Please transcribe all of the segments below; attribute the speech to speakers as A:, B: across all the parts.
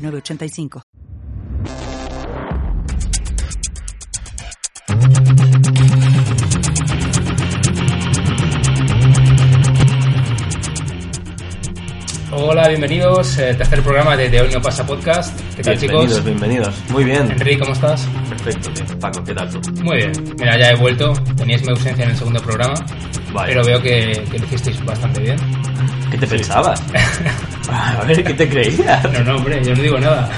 A: 985.
B: Hola, bienvenidos. eh, tercer programa de De Hoy No Pasa Podcast. ¿Qué tal,
C: Bienvenidos,
B: chicos?
C: bienvenidos. Muy bien.
B: Enrique, ¿cómo estás?
C: Perfecto, tío. Paco, ¿qué tal tú?
B: Muy bien. Mira, ya he vuelto. Teníais mi ausencia en el segundo programa.
C: Vaya.
B: Pero veo que, que lo hicisteis bastante bien.
C: ¿Qué te pensabas? A ver, ¿qué te creías?
B: No, no, hombre, yo no digo nada.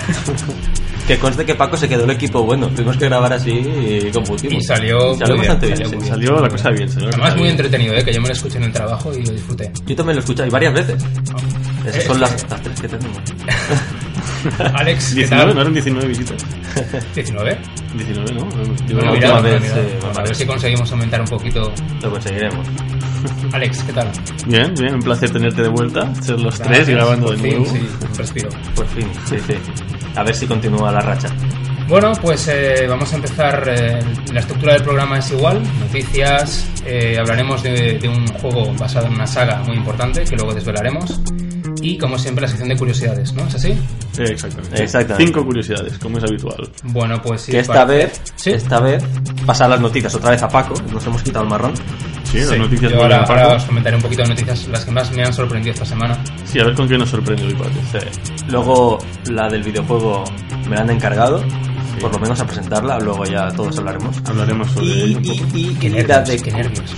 C: Que conste que Paco se quedó el equipo bueno. Tuvimos que grabar así y computimos.
B: Y salió muy bien,
C: bastante bien.
B: salió
C: sí.
B: muy bien.
D: Salió la cosa bien, salió la
B: Además,
D: cosa
B: muy
D: bien.
B: entretenido, ¿eh? que yo me lo escuché en el trabajo y lo disfruté.
C: Yo también lo he escuchado y varias veces. Esas son
B: Eh,
C: las, las tres que tenemos.
B: Alex, ¿qué
D: 19, ¿no
B: tal?
D: eran 19 visitas?
B: 19.
D: 19, ¿no? Yo
B: Bueno,
C: la
D: no,
B: mirad,
C: última
B: bueno,
C: vez,
B: mirad.
C: eh,
B: Bueno, a
C: vez.
B: ver si conseguimos aumentar un poquito.
C: Lo conseguiremos.
B: Alex, ¿qué tal?
D: Bien, bien, un placer tenerte de vuelta, ser los tres
B: Gracias,
D: grabando
B: por
D: de
B: fin,
D: nuevo.
B: Sí, un respiro.
C: Por fin, sí, sí. A ver si continúa la racha.
B: Bueno, pues eh, vamos a empezar. eh, la estructura del programa es igual: noticias. eh, hablaremos de, de un juego basado en una saga muy importante que luego desvelaremos. Y como siempre, la sección de curiosidades, ¿no? ¿Es así?
D: Eh, Exactamente.
C: Exactamente.
D: Cinco curiosidades, como es habitual.
B: Bueno, pues sí.
C: que esta
B: para-
C: vez,
B: Sí.
C: esta vez, pasan las noticias otra vez a Paco. Nos hemos quitado el marrón.
D: Sí, las
B: Sí,
D: noticias
B: yo ahora,
D: vuelven a Paco.
B: ahora os comentaré un poquito de noticias, las que más me han sorprendido esta semana.
D: Sí, a ver con qué nos sorprende hoy, Paco.
C: Sí. Luego la del videojuego me la han encargado, por lo menos a presentarla, luego ya todos hablaremos.
D: Hablaremos sobre
C: Y,
D: ello un poco.
C: y- y-
B: Qué
C: y la
B: nervios, qué
C: de,
B: nervios.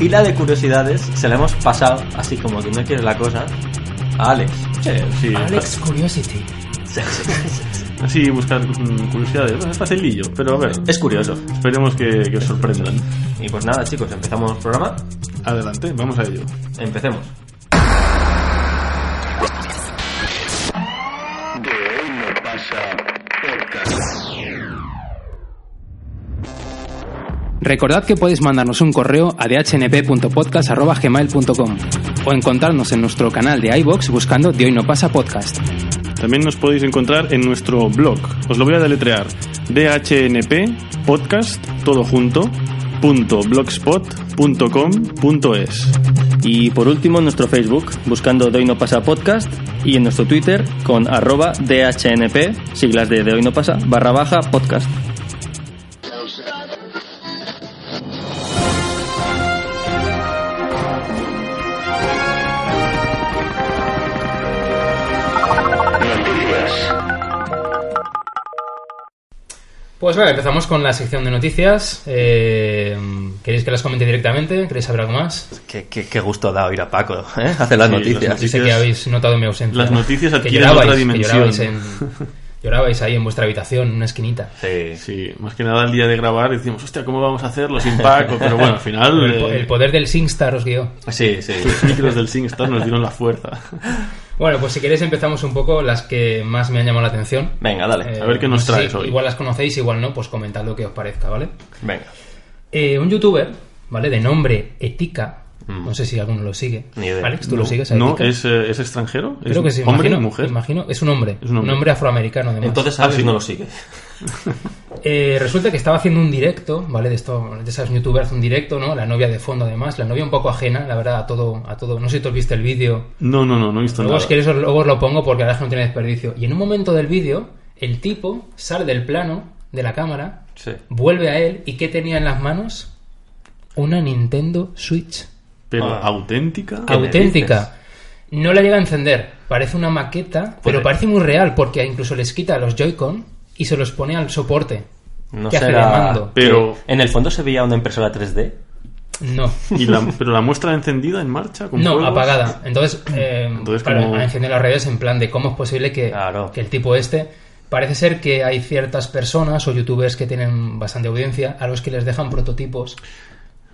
C: y la de curiosidades se la hemos pasado, así como que no quiere la cosa, a Alex.
D: Sí, sí.
B: Alex Curiosity.
C: Sí, sí, sí, sí.
D: Así buscar mm, curiosidades. Bueno, es facilillo, pero a ver,
C: Es curioso.
D: esperemos que, que os sorprendan.
C: Y pues nada, chicos, empezamos el programa.
D: Adelante, vamos a ello.
C: Empecemos.
E: Recordad que podéis mandarnos un correo a dhnp.podcast.gmail.com o encontrarnos en nuestro canal de iBox buscando De Hoy No Pasa Podcast.
D: También nos podéis encontrar en nuestro blog. Os lo voy a deletrear. DHNP podcast todo junto punto blogspot.com punto es.
F: Y por último, en nuestro Facebook, buscando De Hoy No Pasa Podcast, y en nuestro Twitter con arroba DHNP, siglas de De Hoy No Pasa, barra baja podcast.
B: Pues nada, empezamos con la sección de noticias. Eh, ¿Queréis que las comente directamente? ¿Queréis saber algo más?
C: Qué, qué- qué gusto da oír a Paco, ¿eh? Hace las
D: Sí,
C: noticias.
D: las
B: Yo sé
D: Noticias-
B: que habéis notado mi ausencia.
D: las
B: ¿no?
D: noticias
B: Que
D: adquieren
B: llorabais,
D: otra
B: que
D: dimensión.
B: llorabais, en- llorabais ahí en vuestra habitación, en una esquinita.
C: Sí, sí.
D: Sí, más que nada el día de grabar decimos, hostia, ¿cómo vamos a hacerlo sin Paco? Pero bueno, al final
B: El, po-
D: eh,
B: el poder del SingStar os guió.
C: Sí, sí.
D: los micros del SingStar nos dieron la fuerza.
B: Bueno, pues si queréis empezamos un poco las que más me han llamado la atención.
C: Venga, dale.
B: Eh,
D: a ver qué
B: no
D: nos
B: sé
D: traes
B: si
D: hoy.
B: Igual las conocéis, igual no, pues comentad lo que os parezca, ¿vale?
C: Venga.
B: Eh, un youtuber, ¿vale? De nombre Etika. No sé si alguno lo sigue.
C: Ni idea.
B: Alex, ¿tú lo sigues? a
D: Mm. ¿No?
B: Etika?
D: ¿Es, eh, ¿es extranjero? ¿Es
B: Creo que sí,
D: ¿Hombre
B: imagino,
D: mujer?
B: imagino- es un hombre,
D: Es un hombre.
B: afroamericano además.
C: Entonces, Alex no lo sigue.
B: Eh, resulta que estaba haciendo un directo, ¿vale? De, esto, de esas youtubers, un directo, ¿no? La novia de fondo además, la novia un poco ajena, la verdad, a todo, a todo. No sé si tú viste el vídeo.
D: No, no, no, no he visto
B: Luego,
D: nada.
B: si queréis, os- luego os lo pongo porque la verdad es que no tiene desperdicio. Y en un momento del vídeo, el tipo sale del plano de la cámara,
C: Sí.
B: vuelve a él y ¿qué tenía en las manos? Una Nintendo Switch.
D: Pero
C: Ah.
D: auténtica.
C: me
B: auténtica. No la llega a encender. Parece una maqueta, pero
C: Puede.
B: parece muy real porque incluso les quita los Joy-Con y se los pone al soporte.
C: No
B: que hace de
C: será...
B: mando.
D: Pero-
C: que En el fondo se veía una impresora 3D.
B: No,
D: Y la- pero la muestra encendida en marcha con
B: no,
D: juegos.
B: apagada. Entonces, eh,
D: Entonces,
B: claro,
D: como-
B: han encendido las redes en plan de cómo es posible que,
C: Claro.
B: que el tipo este... Parece ser que hay ciertas personas o youtubers que tienen bastante audiencia a los que les dejan prototipos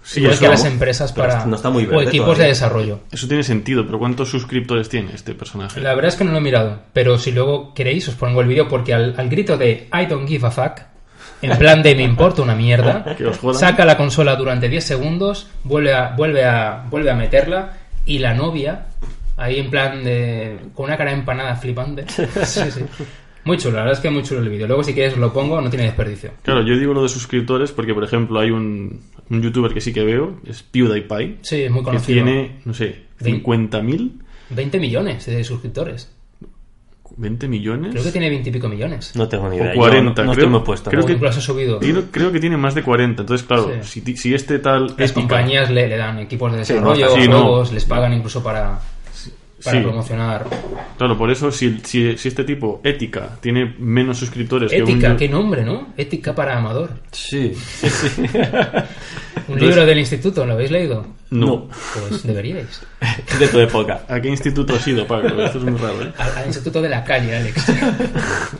B: Sí, igual
C: eso
B: que las
C: vamos.
B: empresas
C: Pero
B: para
C: no está muy
B: o
C: verde
B: equipos
C: todavía.
B: de desarrollo.
D: Eso tiene sentido, pero ¿cuántos suscriptores tiene este personaje?
B: La verdad es que no lo he mirado, pero si luego queréis os pongo el vídeo porque al, al grito de I don't give a fuck, en plan de me importa una mierda,
D: Que os jodan.
B: saca la consola durante 10 segundos, vuelve a, vuelve a, vuelve a meterla y la novia, ahí en plan de... con una cara empanada flipante. Sí, sí. Muy chulo, la verdad es que muy chulo el vídeo. Luego si quieres os lo pongo, no tiene desperdicio.
D: Claro, yo digo lo de suscriptores porque, por ejemplo, hay un, un youtuber que sí que veo, es PewDiePie,
B: Sí, es muy
D: que
B: conocido.
D: tiene, no sé,
B: Sí.
D: 50.000,
B: 20 millones de suscriptores.
D: 20
B: Creo que
D: millones.
B: tiene 20 y pico millones.
C: No tengo ni idea.
D: O
C: yo
D: 40,
C: no, no
D: creo.
C: estoy muy puesto.
D: Creo
B: O
D: que-
B: incluso ha subido.
D: Creo, creo que tiene más de 40, entonces, claro,
B: Sí.
D: si, ti- si este tal
B: Las
D: Epica-
B: compañías le, le dan equipos de
C: Sí, no,
B: desarrollo,
D: sí, no.
B: juegos, les pagan incluso para, para
D: sí.
B: promocionar.
D: Claro, por eso, si, si, si este tipo, Ética, tiene menos suscriptores que
B: Ética,
D: un...
B: qué nombre, ¿no? Ética para Amador.
C: Sí, sí, sí.
B: Un libro del instituto, ¿lo habéis leído?
D: No.
B: Pues deberíais.
C: De tu época.
D: ¿A qué instituto has ido, Paco? Esto es muy raro, ¿eh?
B: Al, al instituto de la calle, Alex.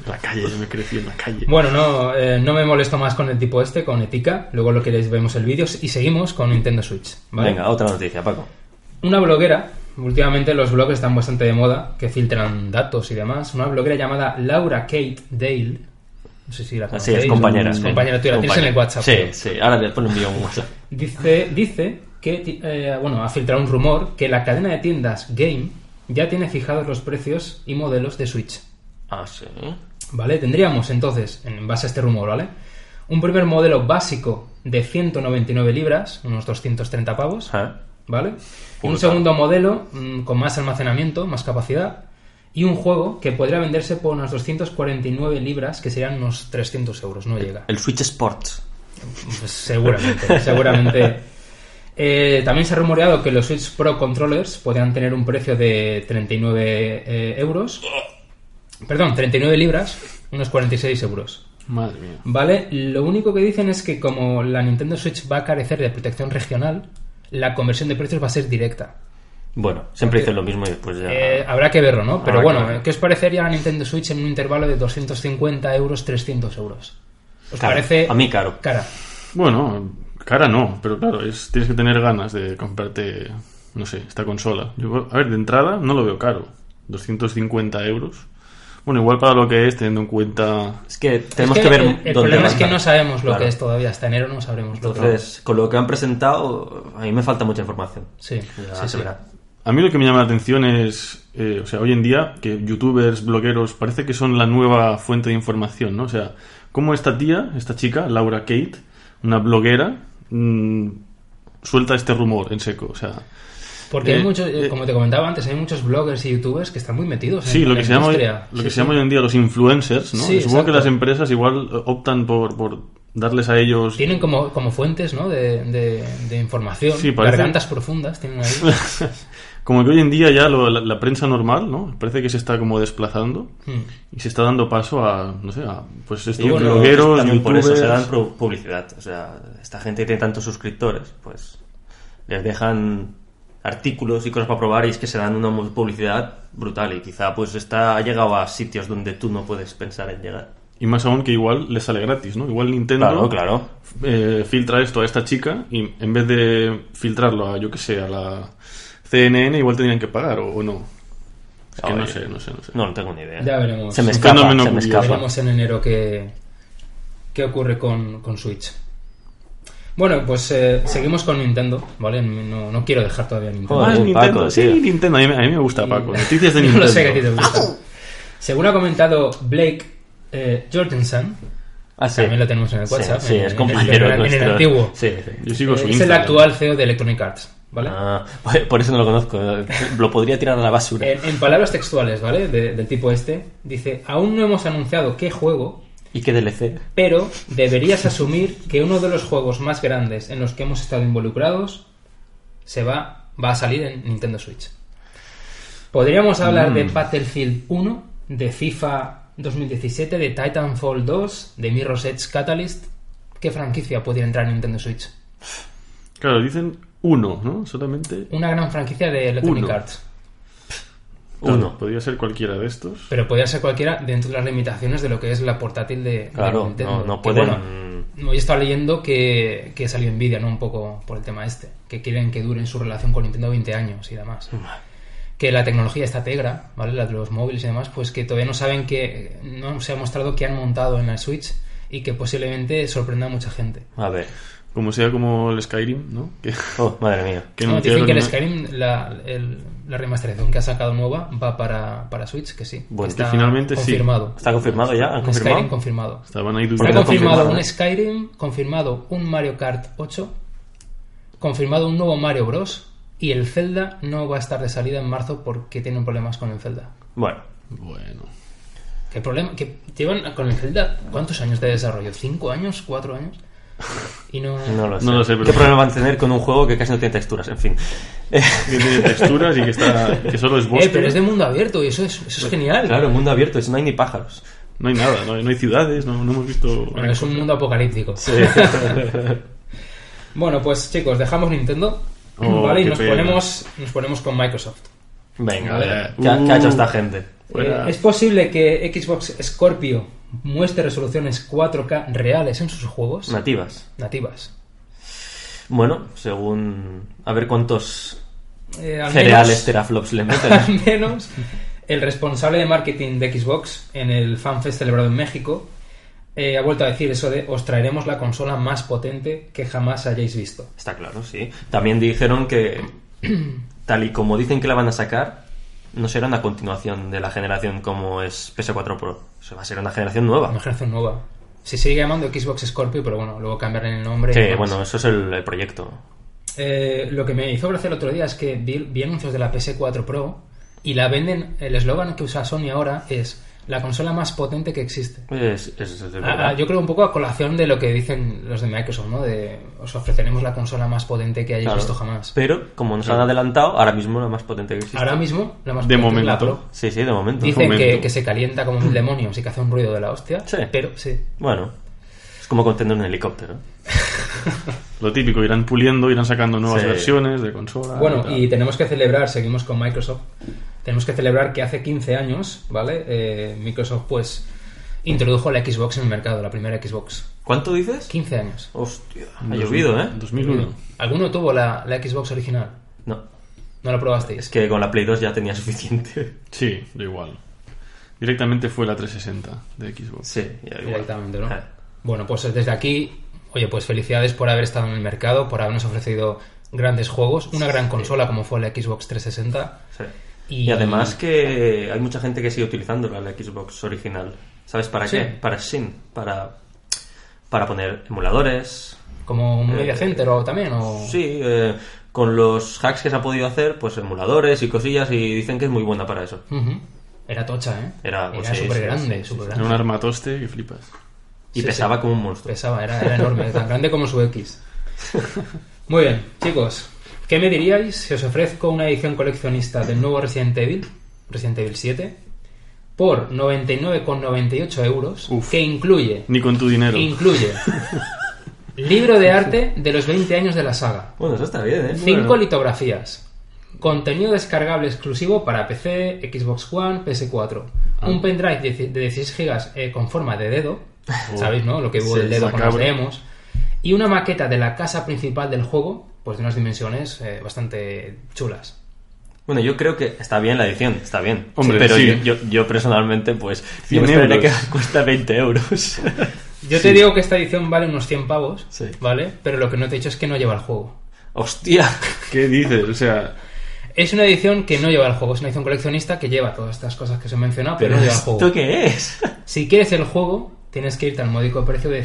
D: La calle, yo me crecí en la calle.
B: Bueno, no, eh, no me molesto más con el tipo este, con Ética. Luego lo queréis, vemos el vídeo y seguimos con Nintendo Switch. ¿vale?
C: Venga, otra noticia, Paco.
B: Una bloguera, últimamente los blogs están bastante de moda, que filtran datos y demás. Una bloguera llamada Laura Kate Dale. No sé si la
C: Así es,
B: conocéis.
C: compañera.
B: Es
C: sí.
B: Compañera tuya, la tienes en
C: Compañera.
B: el WhatsApp.
C: Sí, sí. Ahora le pone un vídeo en WhatsApp.
B: Dice, dice que, ti- eh, bueno, ha filtrado un rumor que la cadena de tiendas Game ya tiene fijados los precios y modelos de Switch.
C: Ah, sí.
B: ¿Vale? Tendríamos entonces, en base a este rumor, ¿vale? Un primer modelo básico de 199 libras, unos 230 pavos.
C: Ajá.
B: ¿vale? Un
C: Brutal.
B: segundo modelo mm, con más almacenamiento, más capacidad y un juego que podría venderse por unas 249 libras, que serían unos 300 euros, no llega.
C: El Switch Sports.
B: Pues seguramente, seguramente. Eh, también se ha rumoreado que los Switch Pro Controllers podrían tener un precio de 39 eh, euros. Perdón, 39 libras, unos 46 euros.
D: Madre mía.
B: Vale, lo único que dicen es que como la Nintendo Switch va a carecer de protección regional, la conversión de precios va a ser directa.
C: Bueno, siempre dicen lo mismo y después ya.
B: Eh, habrá que verlo, ¿no? Pero
C: Habrá que
B: bueno,
C: verlo.
B: ¿qué os parecería la Nintendo Switch en un intervalo de 250 euros, 300 euros? ¿Os
C: Caro.
B: parece
C: A mí caro.
B: cara?
D: Bueno, cara no, pero claro, es, tienes que tener ganas de comprarte, no sé, esta consola. Yo, a ver, de entrada no lo veo caro. 250 euros. Bueno, igual para lo que es, teniendo en cuenta...
C: Es que tenemos
B: Es
C: que, ver
B: el, el
C: dónde
B: problema es
C: van.
B: que no sabemos lo
C: Claro.
B: que es todavía. Hasta enero no sabremos lo que es.
C: Entonces, con lo que han presentado, a mí me falta mucha información.
B: Sí,
C: Ya
B: sí,
C: se
B: sí.
C: verá.
D: A mí lo que me llama la atención es, eh, o sea, hoy en día que youtubers, blogueros, parece que son la nueva fuente de información, ¿no? O sea, cómo esta tía, esta chica, Laura Kate, una bloguera, mm, suelta este rumor en seco, o sea...
B: Porque hay
D: Eh,
B: muchos, eh,
D: eh,
B: como te comentaba antes, hay muchos bloggers y youtubers que están muy metidos en
D: Sí, lo
B: la
D: que, se llama, hoy-
B: industria.
D: lo
B: Sí,
D: que
B: sí.
D: se llama hoy en día los influencers, ¿no?
B: Sí,
D: Supongo que
B: exacto.
D: las empresas igual eh, optan por, por darles a ellos...
B: Tienen como, como fuentes ¿no? de, de- de información,
D: Sí, parece-
B: gargantas profundas tienen ahí.
D: Como que hoy en día ya lo- la, la prensa normal, ¿no? Parece que se está como desplazando
B: Hmm.
D: y se está dando paso a, no sé, a, pues estos
C: Y bueno,
D: blogueros,
C: también por eso
D: youtubers...
C: se dan pu- publicidad. O sea, esta gente que tiene tantos suscriptores, pues les dejan artículos y cosas para probar y es que se dan una mu- publicidad brutal y quizá pues está ha llegado a sitios donde tú no puedes pensar en llegar.
D: Y más aún que igual les sale gratis, ¿no? Igual Nintendo
C: Claro, claro.
D: eh, filtra esto a esta chica y en vez de filtrarlo a, yo que sé, a la CNN, igual tendrían que pagar o, o no. Es que no
C: Oye.
D: sé, no sé, no sé.
C: No, no tengo ni idea.
B: Ya veremos.
C: Se me
D: Es un
C: escapa,
D: fenómeno
C: se me
D: curioso.
C: escapa.
B: Veremos en enero qué, qué ocurre con, con Switch. Bueno, pues eh, seguimos con Nintendo, ¿vale? No, no quiero dejar todavía Nintendo.
C: Joder,
D: Ah, es Nintendo,
C: Paco,
D: sí,
C: tío.
D: Nintendo, a mí, me- a mí me gusta Paco. Noticias de
B: Mm. no
D: Nintendo.
B: lo sé que a ti te gusta. Según ha comentado Blake eh, Jorgensen,
C: Ah, sí.
B: también lo tenemos en el
C: Sí,
B: WhatsApp,
C: sí,
B: en-
C: es
B: en-
C: compañero
B: en el- en el
C: nuestro.
B: antiguo.
C: Sí, sí.
D: Yo sigo
B: eh,
D: su
B: es el
D: Instagram.
B: actual CEO de Electronic Arts, ¿vale?
C: Ah, por- por eso no lo conozco. Lo podría tirar a la basura.
B: En, en palabras textuales, ¿vale? De- del tipo este, dice, aún no hemos anunciado qué juego,
C: ¿Y qué DLC?
B: pero deberías asumir que uno de los juegos más grandes en los que hemos estado involucrados se va, va a salir en Nintendo Switch. Podríamos hablar
C: Mm.
B: de Battlefield 1, de FIFA 2017, de Titanfall 2, de Mirror's Edge Catalyst. ¿Qué franquicia podría entrar en Nintendo Switch?
D: Claro, dicen uno, ¿no? Solamente.
B: Una gran franquicia de Electronic
D: Uno.
B: Arts.
D: Claro,
C: Uno.
D: podría ser cualquiera de estos.
B: Pero podría ser cualquiera dentro de las limitaciones de lo que es la portátil de, de
C: Claro,
B: Nintendo.
C: no, no
B: Que,
C: pueden
B: bueno, hoy he estado leyendo que, que salió envidia, ¿no? Un poco por el tema este. Que quieren que duren su relación con Nintendo 20 años y demás. Que la tecnología está tegra, ¿vale? La de los móviles y demás, pues que todavía no saben que. No se ha mostrado que han montado en la Switch y que posiblemente sorprenda a mucha gente.
C: A ver.
D: Como sea como el Skyrim, ¿no? Que,
C: Oh, madre mía.
D: que
B: no, dicen
D: anunciaron
B: que el
D: una-
B: Skyrim, la, el- la remasterización que ha sacado nueva, va para, para Switch, que sí.
C: Bueno,
B: que
D: que finalmente sí.
B: confirmado.
C: ¿Está confirmado ya? ¿Han
B: Un Skyrim
C: confirmado?
B: confirmado.
D: Estaban ahí
B: Está
C: Porque no
D: dudando.
B: confirmado
C: confirmaron.
B: un Skyrim, confirmado un Mario Kart 8, confirmado un nuevo Mario Bros. Y el Zelda no va a estar de salida en marzo porque tienen problemas con el Zelda.
C: Bueno,
D: Bueno.
B: ¿Qué problema? Que llevan con el Zelda cuántos años de desarrollo? ¿Cinco años? ¿Cuatro años? Y no.
C: no lo sé.
D: No lo sé, pero-
C: ¿Qué problema van a tener con un juego que casi no tiene texturas? En fin. Eh,
D: Que tiene texturas y que, está, que solo es bosque.
B: Eh, pero es de mundo abierto y eso es, eso es genial.
C: claro, mundo abierto, eso no hay ni pájaros.
D: No hay nada, no hay, no hay ciudades, no, no hemos visto...
B: Bueno, es un mundo apocalíptico. bueno, pues chicos, dejamos Nintendo.
D: Oh,
B: ¿Vale? Y
D: qué
B: nos
D: pena.
B: ponemos, nos ponemos con Microsoft.
C: Venga, a ver.
D: Uh.
C: ¿Qué, ha- qué ha hecho esta gente?
D: Fuera.
B: Eh, es posible que Xbox Scorpio muestre resoluciones 4K reales en sus juegos
C: Nativas.
B: nativas.
C: Bueno, según. A ver cuántos
B: Eh, al
C: cereales
B: menos-
C: teraflops le meten.
B: al menos el responsable de marketing de Xbox en el FanFest celebrado en México eh, ha vuelto a decir eso de os traeremos la consola más potente que jamás hayáis visto.
C: Está claro, sí. También dijeron que, tal y como dicen que la van a sacar, no será una continuación de la generación como es PS4 Pro. O sea, va a ser una generación nueva.
B: Una generación nueva. Se sigue llamando Xbox Scorpio, pero bueno, luego cambiarán el nombre. y
C: Que
B: demás.
C: bueno, eso es el, el proyecto.
B: Eh, lo que me hizo gracia el otro día es que vi, vi anuncios de la PS4 Pro y la venden. El eslogan que usa Sony ahora es la consola más potente que existe.
C: Es, es- es de
B: Ah,
C: verdad.
B: ah, yo creo un poco a colación de lo que dicen los de Microsoft, ¿no? De os ofreceremos la consola más potente que hayáis
C: Claro.
B: visto jamás.
C: Pero, como nos han adelantado, ahora mismo la más potente que existe.
B: Ahora mismo, la más
D: De
B: potente es la
D: momento.
B: Pro.
C: Sí, sí, de momento.
B: Dicen que,
D: momento.
B: que se calienta como un demonio y que hace un ruido de la hostia.
C: Sí.
B: Pero sí.
C: Bueno, es como contender un helicóptero.
D: Lo típico, irán puliendo, irán sacando nuevas
C: Sí.
D: versiones de consola.
B: Bueno,
D: tal.
B: y tenemos que celebrar, seguimos con Microsoft, tenemos que celebrar que hace 15 años, ¿vale? Eh, Microsoft pues introdujo la Xbox en el mercado, la primera Xbox.
C: ¿Cuánto dices?
B: 15 años.
C: Hostia, ha
D: Dos-
C: llovido, ¿eh?
D: 2001.
B: ¿Alguno tuvo la, la Xbox original?
C: No,
B: ¿No la probasteis?
C: es que con la Play 2 ya tenía suficiente.
D: Sí, da igual. Directamente fue la 360 de Xbox.
C: Sí, ya igual.
B: Directamente, ¿no?
C: Ah.
B: Bueno, pues desde aquí, oye, pues felicidades por haber estado en el mercado, por habernos ofrecido grandes juegos, una gran consola como fue la Xbox 360.
C: Sí.
B: Y-
C: Y... además que hay mucha gente que sigue utilizando la Xbox original. ¿Sabes para
B: Sí.
C: qué? Para SIM, para, para poner emuladores.
B: Como un
C: Eh,
B: media center o también, o...
C: Sí, eh, con los hacks que se ha podido hacer, pues emuladores y cosillas y dicen que es muy buena para eso.
B: Ujú. Era tocha, ¿eh?
C: Era, pues, sí,
B: súper grande,
C: sí, sí,
B: súper
D: Era un armatoste que flipas.
C: Y
B: Sí,
C: pesaba
B: sí.
C: como un monstruo.
B: Pesaba, era, era enorme, tan grande como su X. Muy bien, chicos, ¿qué me diríais si os ofrezco una edición coleccionista del nuevo Resident Evil, Resident Evil 7, por 99,98 euros,
D: Uf.
B: que incluye,
D: Ni con tu dinero.
B: incluye libro de arte de los 20 años de la saga,
C: Bueno, eso está bien, ¿eh?
B: 5 litografías, contenido descargable exclusivo para PC, Xbox One, PS4, un pendrive de dieci- de 16 GB con forma de dedo, ¿sabéis, no? Lo que hubo
D: Sí,
B: del dedo cuando nos
D: macabro.
B: leemos, y una maqueta de la casa principal del juego, pues de unas dimensiones eh, bastante chulas.
C: Bueno, yo creo que está bien la edición, está bien.
D: Hombre,
C: pero
D: sí.
C: yo, yo, yo personalmente, pues, yo
D: 100
C: me esperaría que
D: euros.
C: cuesta 20 euros.
B: Yo te digo que esta edición vale unos 100 pavos,
C: Sí.
B: ¿vale? Pero lo que no te he dicho es que no lleva el juego.
C: ¡Hostia!
D: ¿Qué dices? O sea,
B: Es una edición que no lleva el juego, es una edición coleccionista que lleva todas estas cosas que se he mencionado, pero, no lleva el juego.
C: ¿Esto qué es?
B: Si quieres el juego, tienes que irte al módico precio de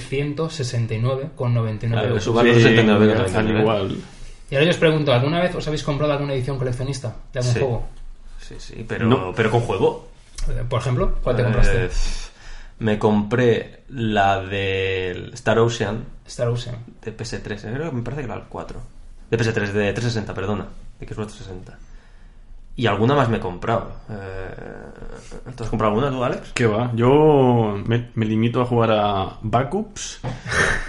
B: 169,99
C: Claro,
B: euros.
C: eso Vale,
D: sí,
C: 79,
D: al
C: 99.
D: igual.
B: Y ahora yo os pregunto, ¿alguna vez os habéis comprado alguna edición coleccionista de algún
C: Sí.
B: juego?
C: Sí, sí, pero,
D: No.
C: pero con juego.
B: Eh, Por ejemplo, ¿cuál te
C: Eh,
B: compraste?
C: me compré la del Star Ocean
B: Star Ocean.
C: de PS3. eh, Creo que me parece que era el 4. De PS3, de 360, perdona. De Xbox 360. Y alguna más me he comprado. Eh, ¿Te has comprado alguna tú, Alex?
D: ¿Qué va? Yo me, me limito a jugar a backups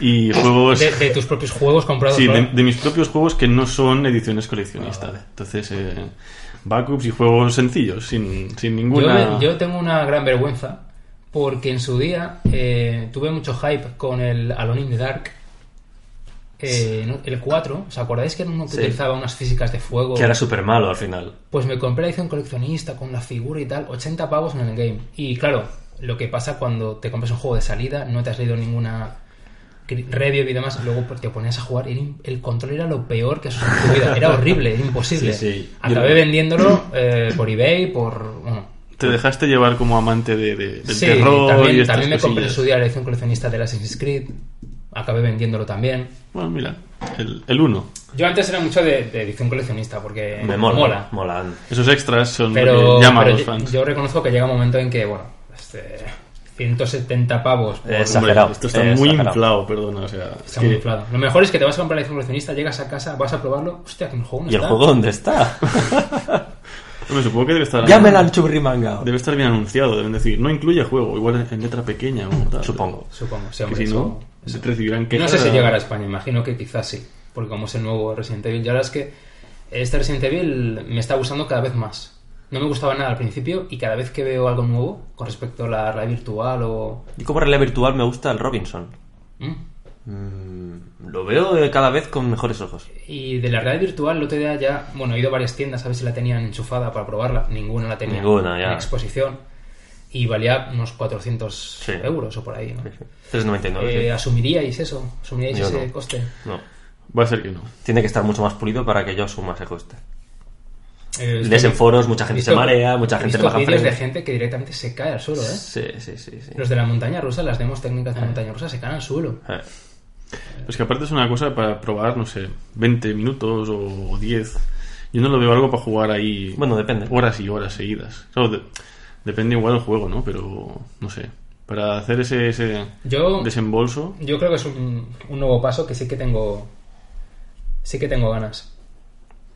D: y
C: pues
D: juegos...
B: De, de tus propios juegos comprados.
D: Sí,
B: ¿no?
D: de, de mis propios juegos que no son ediciones coleccionistas.
B: Ah.
D: Entonces, eh, backups y juegos sencillos, sin, sin
B: yo,
D: ninguna...
B: yo tengo una gran vergüenza porque en su día eh, tuve mucho hype con el Alone in the Dark. eh, no- el 4, ¿os acordáis que era uno que
C: Sí.
B: utilizaba unas físicas de fuego?
C: Que era súper malo al final.
B: Pues me compré la edición coleccionista con la figura y tal, 80 pavos en el game. Y claro, lo que pasa cuando te compras un juego de salida, no te has leído ninguna cri- review y demás, luego pues, te ponías a jugar y era im- el control era lo peor que has usado en tu vida, era horrible, era imposible.
C: Sí, sí.
B: Acabé
C: Yo-
B: vendiéndolo eh, por eBay, por... Bueno,
D: Te dejaste llevar como amante de, de- del
B: sí,
D: terror y
B: también,
D: estas
B: también me compré en
D: cosillas.
B: su día la edición coleccionista de Assassin's Creed, acabé vendiéndolo también.
D: Bueno, mira, el, el uno.
B: Yo antes era mucho de, de edición coleccionista porque
C: Me mola.
B: Eh, mola.
C: Molan.
D: Esos extras son lo
B: pero,
D: que
B: pero
D: llaman a los
B: yo-
D: fans.
B: Yo, reconozco que llega un momento en que, bueno, este, 170 pavos por-
C: Exacto.
D: Hombre,
C: exagerado,
D: esto está
C: eh,
D: muy
C: exagerado.
D: inflado, perdona. O sea, es
B: está
D: que-
B: muy inflado. Lo mejor es que te vas a comprar la edición coleccionista, llegas a casa, vas a probarlo, hostia, que el juego no
C: ¿Y el
B: está.
C: juego dónde está?
D: Hombre, supongo que debe estar,
C: Llámela al churrimanga.
D: debe estar bien anunciado. Deben decir, no incluye juego, igual en letra pequeña o tal.
C: Supongo.
B: Supongo, sí,
D: Que
B: hombre,
D: si
B: eso-
D: no, se recibirán
B: Y
D: que
B: no sé si llegará a España, imagino que quizás sí, porque como es el nuevo Resident Evil, ya la es que este Resident Evil me está gustando cada vez más. No me gustaba nada al principio y cada vez que veo algo nuevo con respecto a la realidad virtual o...
C: Y como realidad virtual me gusta el Robinson.
B: ¿Mm?
C: Mm, lo veo eh, cada vez con mejores ojos.
B: Y de la realidad virtual, el otro día ya, bueno, he ido a varias tiendas a ver si la tenían enchufada para probarla. Ninguna la tenía
C: Ninguna, ya.
B: en exposición. Y valía unos 400
C: Sí.
B: euros o por ahí, ¿no? Eh,
C: 3.99. sí.
B: ¿Asumiríais eso? ¿Asumiríais
C: Yo
B: ese
C: no.
B: coste?
C: No.
D: Va a ser que no.
C: Tiene que estar mucho más pulido para que yo asuma ese coste.
B: Eh,
C: Lees en foros, mucha gente se
B: visto-
C: marea, mucha
B: he
C: gente le
B: visto
C: baja
B: vídeos de
C: frames.
B: gente que directamente se cae al suelo, ¿eh?
C: Sí, sí, sí. sí.
B: Los de la montaña rusa, las demos técnicas de la montaña rusa se caen al suelo.
C: Eh,
D: Pues que aparte es una cosa para probar, no sé, 20 minutos o 10. Yo no lo veo algo para jugar ahí
C: Bueno, depende.
D: horas y horas seguidas. Claro, de- depende igual del juego, ¿no? Pero no sé. Para hacer ese, ese
B: Yo,
D: desembolso,
B: yo creo que es un, un nuevo paso que sí que tengo... Sí que tengo ganas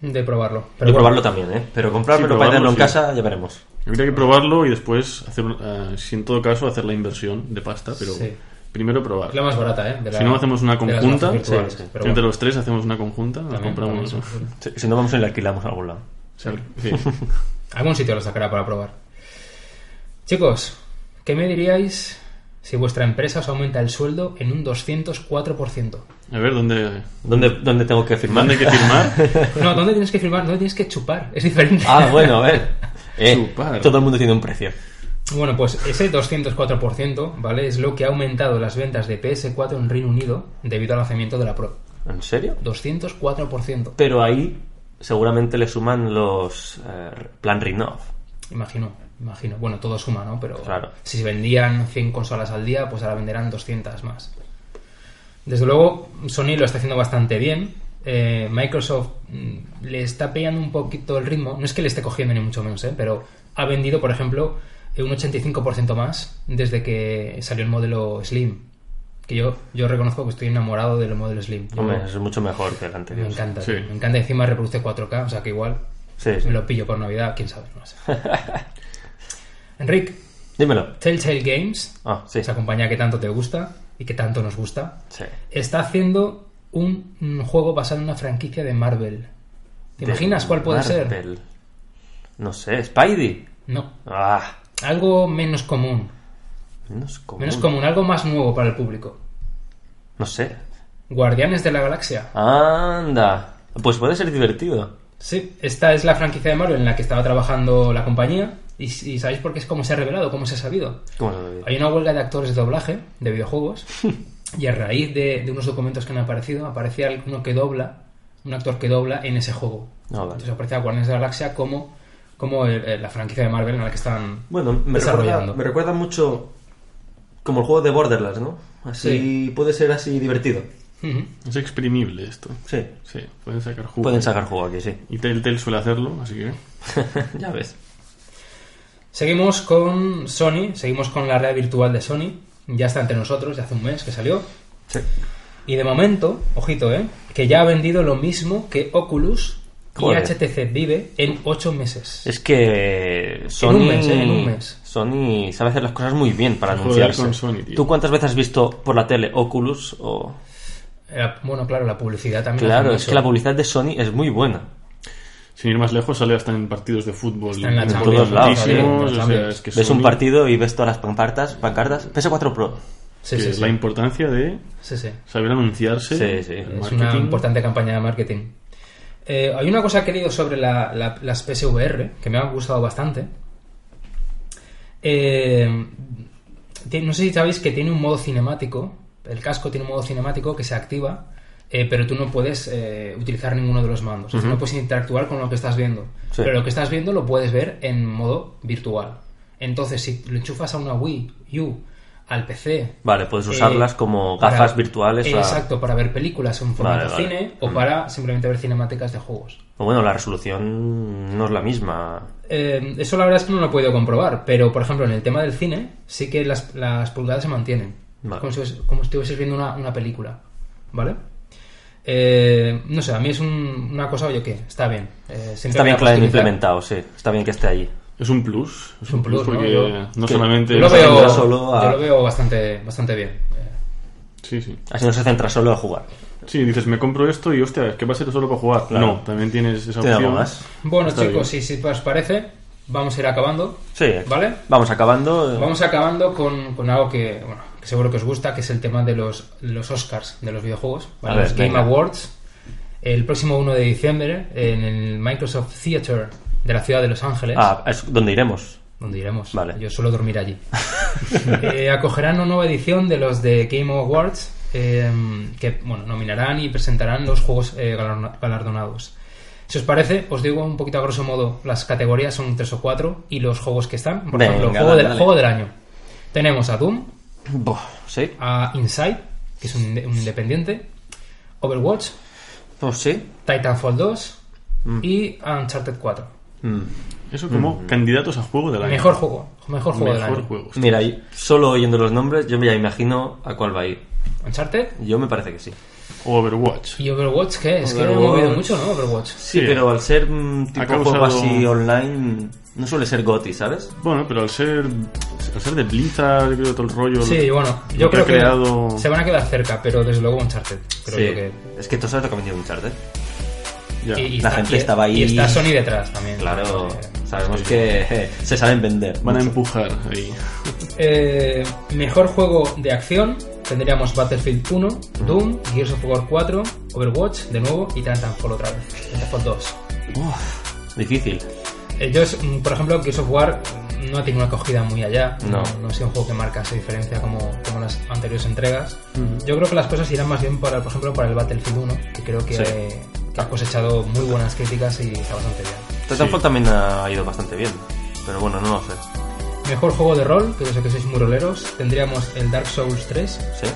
B: de probarlo. Pero bueno,
C: Yo probarlo también, ¿eh? Pero comprármelo
D: Sí,
C: para tenerlo en
D: probarlo, sí.
C: casa, ya veremos.
D: habría que probarlo y después, hacer, eh, si en todo caso, hacer la inversión de pasta. Pero
B: Sí.
D: primero probar.
B: Es la más barata, ¿eh? De la-
D: Si no hacemos una
B: de las
D: conjunta,
B: gafas virtuales,
C: sí, sí.
B: pero
D: Entre
B: bueno,
D: los tres hacemos una conjunta, la
B: también, también
D: compramos.
B: se me ocurre.
C: Si, si no, vamos y le alquilamos a algún lado.
D: Sí.
B: Algún sitio lo sacará para probar. Chicos, ¿qué me diríais si vuestra empresa os aumenta el sueldo en un 204%?
D: A ver, ¿dónde,
C: ¿Dónde, dónde tengo que firmar?
D: dónde hay que firmar?
B: No, ¿dónde tienes que firmar? ¿Dónde tienes que chupar? Es diferente.
C: Ah, bueno, a ver. Eh,
D: Chupar.
C: todo el mundo tiene un precio.
B: Bueno, pues ese 204%, ¿vale? Es lo que ha aumentado las ventas de PS4 en Reino Unido debido al lanzamiento de la Pro.
C: ¿En serio?
B: 204%.
C: Pero ahí seguramente le suman los eh, plan Renov.
B: Imagino, imagino. Bueno, todo suma, ¿no? Pero
C: Claro.
B: si se vendían 100 consolas al día, pues ahora venderán 200 más. Desde luego, Sony lo está haciendo bastante bien. Eh, Microsoft mm, le está pillando un poquito el ritmo. No es que le esté cogiendo ni mucho menos, ¿eh? Pero ha vendido, por ejemplo, eh, un 85% más desde que salió el modelo Slim. Que yo, yo reconozco que estoy enamorado del modelo Slim. Yo-
C: Hombre, eso es mucho mejor que el anterior.
B: Mm. me encanta,
D: Sí.
B: tío. me encanta. Encima reproduce 4K, o sea que igual
C: Sí, sí.
B: me lo pillo por Navidad, quién sabe, no sé. Enric,
C: Dímelo.
B: Telltale Games,
C: Ah, sí.
B: esa compañía que tanto te gusta y que tanto nos gusta,
C: Sí.
B: está haciendo un mm, juego basado en una franquicia de Marvel. ¿Te
C: De
B: imaginas cuál puede ser?
C: Marvel. No sé, Spidey.
B: No,
C: Ah,
B: algo menos común,
C: menos común.
B: menos común, algo más nuevo para el público.
C: No sé.
B: Guardianes de la Galaxia.
C: Anda. Pues puede ser divertido.
B: Sí, esta es la franquicia de Marvel en la que estaba trabajando la compañía. ¿Y, y sabéis por qué es cómo se ha revelado, cómo se ha sabido?
C: ¿Cómo lo digo?
B: Hay una huelga de actores de doblaje de videojuegos y a raíz de, de unos documentos que han aparecido, aparecía uno que dobla, un actor que dobla en ese juego.
C: No, Ah, vale.
B: Entonces aparecía Guardianes de la Galaxia como, como el- el- la franquicia de Marvel en la que están
C: Bueno, me recuerda,
B: desarrollando.
C: me recuerda mucho como el juego de Borderlands, ¿no? Así puede ser así divertido.
B: Ujú.
D: Es exprimible esto.
C: Sí.
D: Sí, pueden sacar jugo.
C: Pueden sacar juego aquí, sí.
D: Y Telltale suele hacerlo, así que.
C: ya ves.
B: Seguimos con Sony, seguimos con la red virtual de Sony. Ya está entre nosotros, ya hace un mes que salió.
C: Sí.
B: Y de momento, ojito, ¿eh? que ya ha vendido lo mismo que Oculus
C: Joder.
B: y HTC Vive en 8 meses.
C: Es que Sony,
B: un mes, ¿eh? En un mes.
C: Sony sabe hacer las cosas muy bien para
D: Joder,
C: anunciarse.
D: con Sony, tío.
C: ¿Tú cuántas veces has visto por la tele Oculus o
B: La- bueno, claro, la publicidad también. hace
C: Claro,
B: mucho.
C: es que la publicidad de Sony es muy buena.
D: sin ir más lejos, sale hasta en partidos de fútbol.
B: Está en la
D: todos
B: Champions,
D: lados,
B: joder, en la
D: muchísimos, o sea,
B: Champions.
D: es que
C: Ves
D: Sony,
C: un partido y ves todas las pancartas, pancartas. PS4 Pro.
D: que
B: Sí, sí,
D: es
B: sí.
D: la importancia de
B: Sí, sí.
D: saber anunciarse.
C: Sí, sí.
D: el
B: Es una
D: marketing.
B: importante campaña de marketing. Eh, hay una cosa que he leído sobre la- la- las PSVR que me ha gustado bastante. Eh, ti- no sé si sabéis que tiene un modo cinemático. El casco tiene un modo cinemático que se activa, eh, pero tú no puedes eh, utilizar ninguno de los mandos. Es decir, No puedes interactuar con lo que estás viendo.
C: Sí.
B: Pero lo que estás viendo lo puedes ver en modo virtual. Entonces, si lo enchufas a una Wii U, al PC,
C: Vale, puedes usarlas
B: eh,
C: como
B: para-
C: gafas virtuales. a-
B: Exacto, para ver películas en formato
C: Vale, Mm. vale.
B: cine o para simplemente ver cinemáticas de juegos.
C: o Bueno, la resolución no es la misma.
B: Eh, eso la verdad es que no lo he podido comprobar, pero por ejemplo en el tema del cine sí que las, las pulgadas se mantienen.
C: Vale.
B: Como, si, fues- como si estuvieses viendo una, una película. ¿Vale? Eh, no sé, a mí es un- una cosa, oye, que está bien. Eh, siempre
C: Está bien
B: la
C: que la
B: puedes
C: hayan
B: utilizar.
C: implementado, sí. Está bien que esté allí.
D: Es un plus. Es un,
B: un
D: plus,
B: plus, ¿no?
D: porque
B: Yo-
D: no, solamente.
B: Yo lo
C: se centra
B: veo,
C: solo a-
B: yo lo veo bastante, bastante bien. Eh,
D: Sí, sí.
C: Así no se centra solo en jugar.
D: Sí, dices, me compro esto y hostia, es que va a ser solo para jugar.
C: Claro.
D: No, también tienes esa
C: Tiene
D: opción.
C: algo más.
B: bueno,
D: Está
B: chicos, si, si os parece, vamos a ir acabando.
C: Sí.
B: ¿Vale?
C: Vamos acabando.
B: Vamos acabando con, con algo que, bueno, que seguro que os gusta, que es el tema de los, los Oscars de los videojuegos, ¿vale?
C: A ver,
B: los Game
C: venga.
B: Awards. El próximo 1 de diciembre en el Microsoft Theater de la ciudad de Los Ángeles,
C: Ah, es donde iremos.
B: donde iremos.
C: vale.
B: Yo suelo dormir allí. Eh, acogerán una nueva edición de los de Game Awards eh, que bueno, nominarán y presentarán los juegos eh, galarna- galardonados. Si os parece, os digo un poquito a grosso modo, las categorías son tres o cuatro y los juegos que están. Por
C: Venga,
B: ejemplo,
C: dale,
B: juego, del-
C: dale.
B: juego del año. Tenemos a Doom,
C: Buah, sí.
B: a Inside, que es un, inde- un independiente, Overwatch,
C: Pues sí.
B: Titanfall 2 y Uncharted 4.
C: Mm.
D: Eso como candidatos a juego del año.
B: Mejor juego, mejor juego del
D: Mejor
B: año.
D: juego. hostia.
C: Mira, y solo oyendo los nombres, yo me ya imagino a cuál va a ir.
B: Uncharted
C: Yo me parece que sí.
D: Overwatch.
B: y Overwatch, ¿qué? Es que me
C: Overwatch.
B: ha movido mucho, ¿no? Overwatch.
C: Sí,
D: Sí.
C: pero al ser mm, tipo
D: Ha causado-
C: juego así online, no suele ser GOTI, ¿sabes?
D: Bueno, pero al ser, al ser de Blizzard, creo, todo el rollo.
B: Sí,
D: lo-
B: bueno,
D: lo
B: yo
D: que ha
B: creo que
D: creado-
B: se van a quedar cerca, pero desde luego Uncharted. Creo
C: Sí.
B: yo que.
C: Es que tú sabes lo que ha metido Uncharted.
D: ya.
B: y- y
C: La
B: está-
C: gente
B: y-
C: estaba ahí.
B: Y está Sony detrás también.
C: Claro,
B: Eh,
C: sabemos que eh, se saben vender.
D: Van a
C: mucho.
D: empujar ahí.
B: Eh, mejor juego de acción tendríamos Battlefield 1, Doom, Gears of War 4, Overwatch de nuevo y Titanfall otra vez. Titanfall 2.
C: Uf, difícil.
B: Eh, yo, es- mm, por ejemplo, Gears of War mm, no ha tenido una acogida muy allá.
C: No.
B: No ha sido un juego que marca esa diferencia como, como las anteriores entregas. Yo creo que las cosas irán más bien, para, por ejemplo, para el Battlefield 1, que creo que,
C: Sí.
B: eh, que ha cosechado muy buenas críticas y está bastante bien.
C: Titanfall también ha ido bastante bien. Pero bueno, no lo sé.
B: Mejor juego de rol, que yo sé que sois muy roleros, tendríamos el Dark Souls 3,
C: ¿Sí?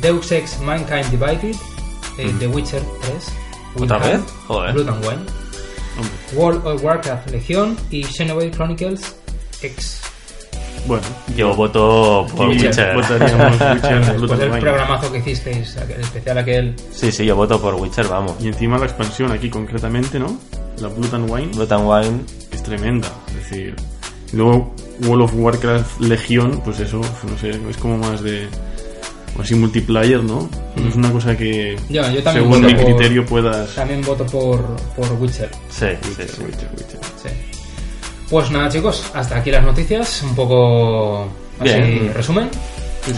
B: Deus Ex Mankind Divided, eh, The Witcher 3,
C: ¿Otra
B: Wind Hunt,
C: vez? Joder.
B: Blood and Wine,
D: Hombre.
B: World of Warcraft Legion y Xenoblade Chronicles X.
D: Bueno,
C: Yo voto por
B: Witcher.
C: Witcher.
D: votaríamos Witcher Blood
B: Después
D: and
B: del
D: Wine.
B: programazo que hicisteis, aquel- el especial aquel,
C: Sí, sí, yo voto por Witcher, vamos.
D: Y encima la expansión aquí concretamente, ¿no? La Blood and Wine
C: Blood and Wine.
D: es tremenda. Es decir, y luego World of Warcraft Legión, pues eso, no sé, es como más de. Así multiplayer, ¿no? No es una cosa que,
B: Ya, yo también
D: según
B: voto
D: mi
B: por-
D: criterio, puedas.
B: también voto por, por Witcher.
C: Sí, sí,
D: Witcher,
C: sí.
D: Witcher, Witcher.
B: Sí. Pues nada, chicos, hasta aquí las noticias. Un poco así,
C: Bien.
B: resumen.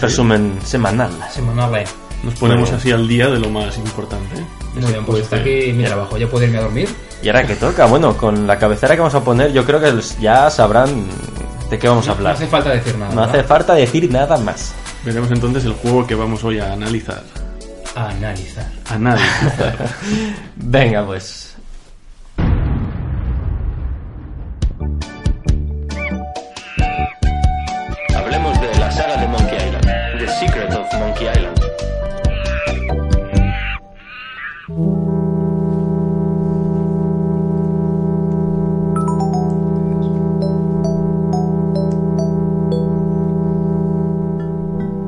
C: Resumen semanal.
B: Semanal. eh.
D: Nos ponemos
C: Bueno.
D: así al día de lo más importante.
B: Muy bien, pues
D: puede
B: hasta
D: ser.
B: aquí mi trabajo. Ya puedo irme a dormir.
C: Y ahora que toca, bueno, con la cabecera que vamos a poner, yo creo que ya sabrán de qué vamos a
B: No
C: hablar.
B: hace falta decir nada.
C: No hace
B: ¿verdad?
C: falta decir nada más.
D: Veremos entonces el juego que vamos hoy a analizar.
B: Analizar.
D: Analizar.
C: Venga, pues.
G: Hablemos de la saga de Monkey Island, The Secret of Monkey Island.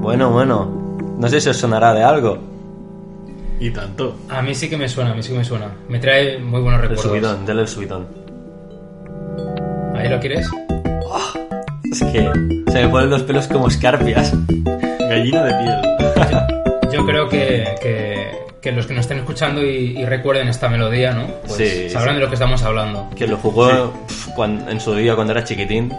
C: Bueno, bueno. No sé si os sonará de algo.
D: y tanto.
B: A mí sí que me suena, a mí sí que me suena. Me trae muy buenos
C: El
B: recuerdos.
C: subidón, dale el subidón.
B: ¿Ahí lo quieres?
C: Es que se me ponen los pelos como escarpias.
D: Gallina de piel.
B: Yo creo que, que, que los que nos estén escuchando y, y recuerden esta melodía, ¿no? Pues
C: Sí,
B: sabrán
C: sí.
B: de lo que estamos hablando.
C: Que lo jugó pf, cuan- en su día cuando era chiquitín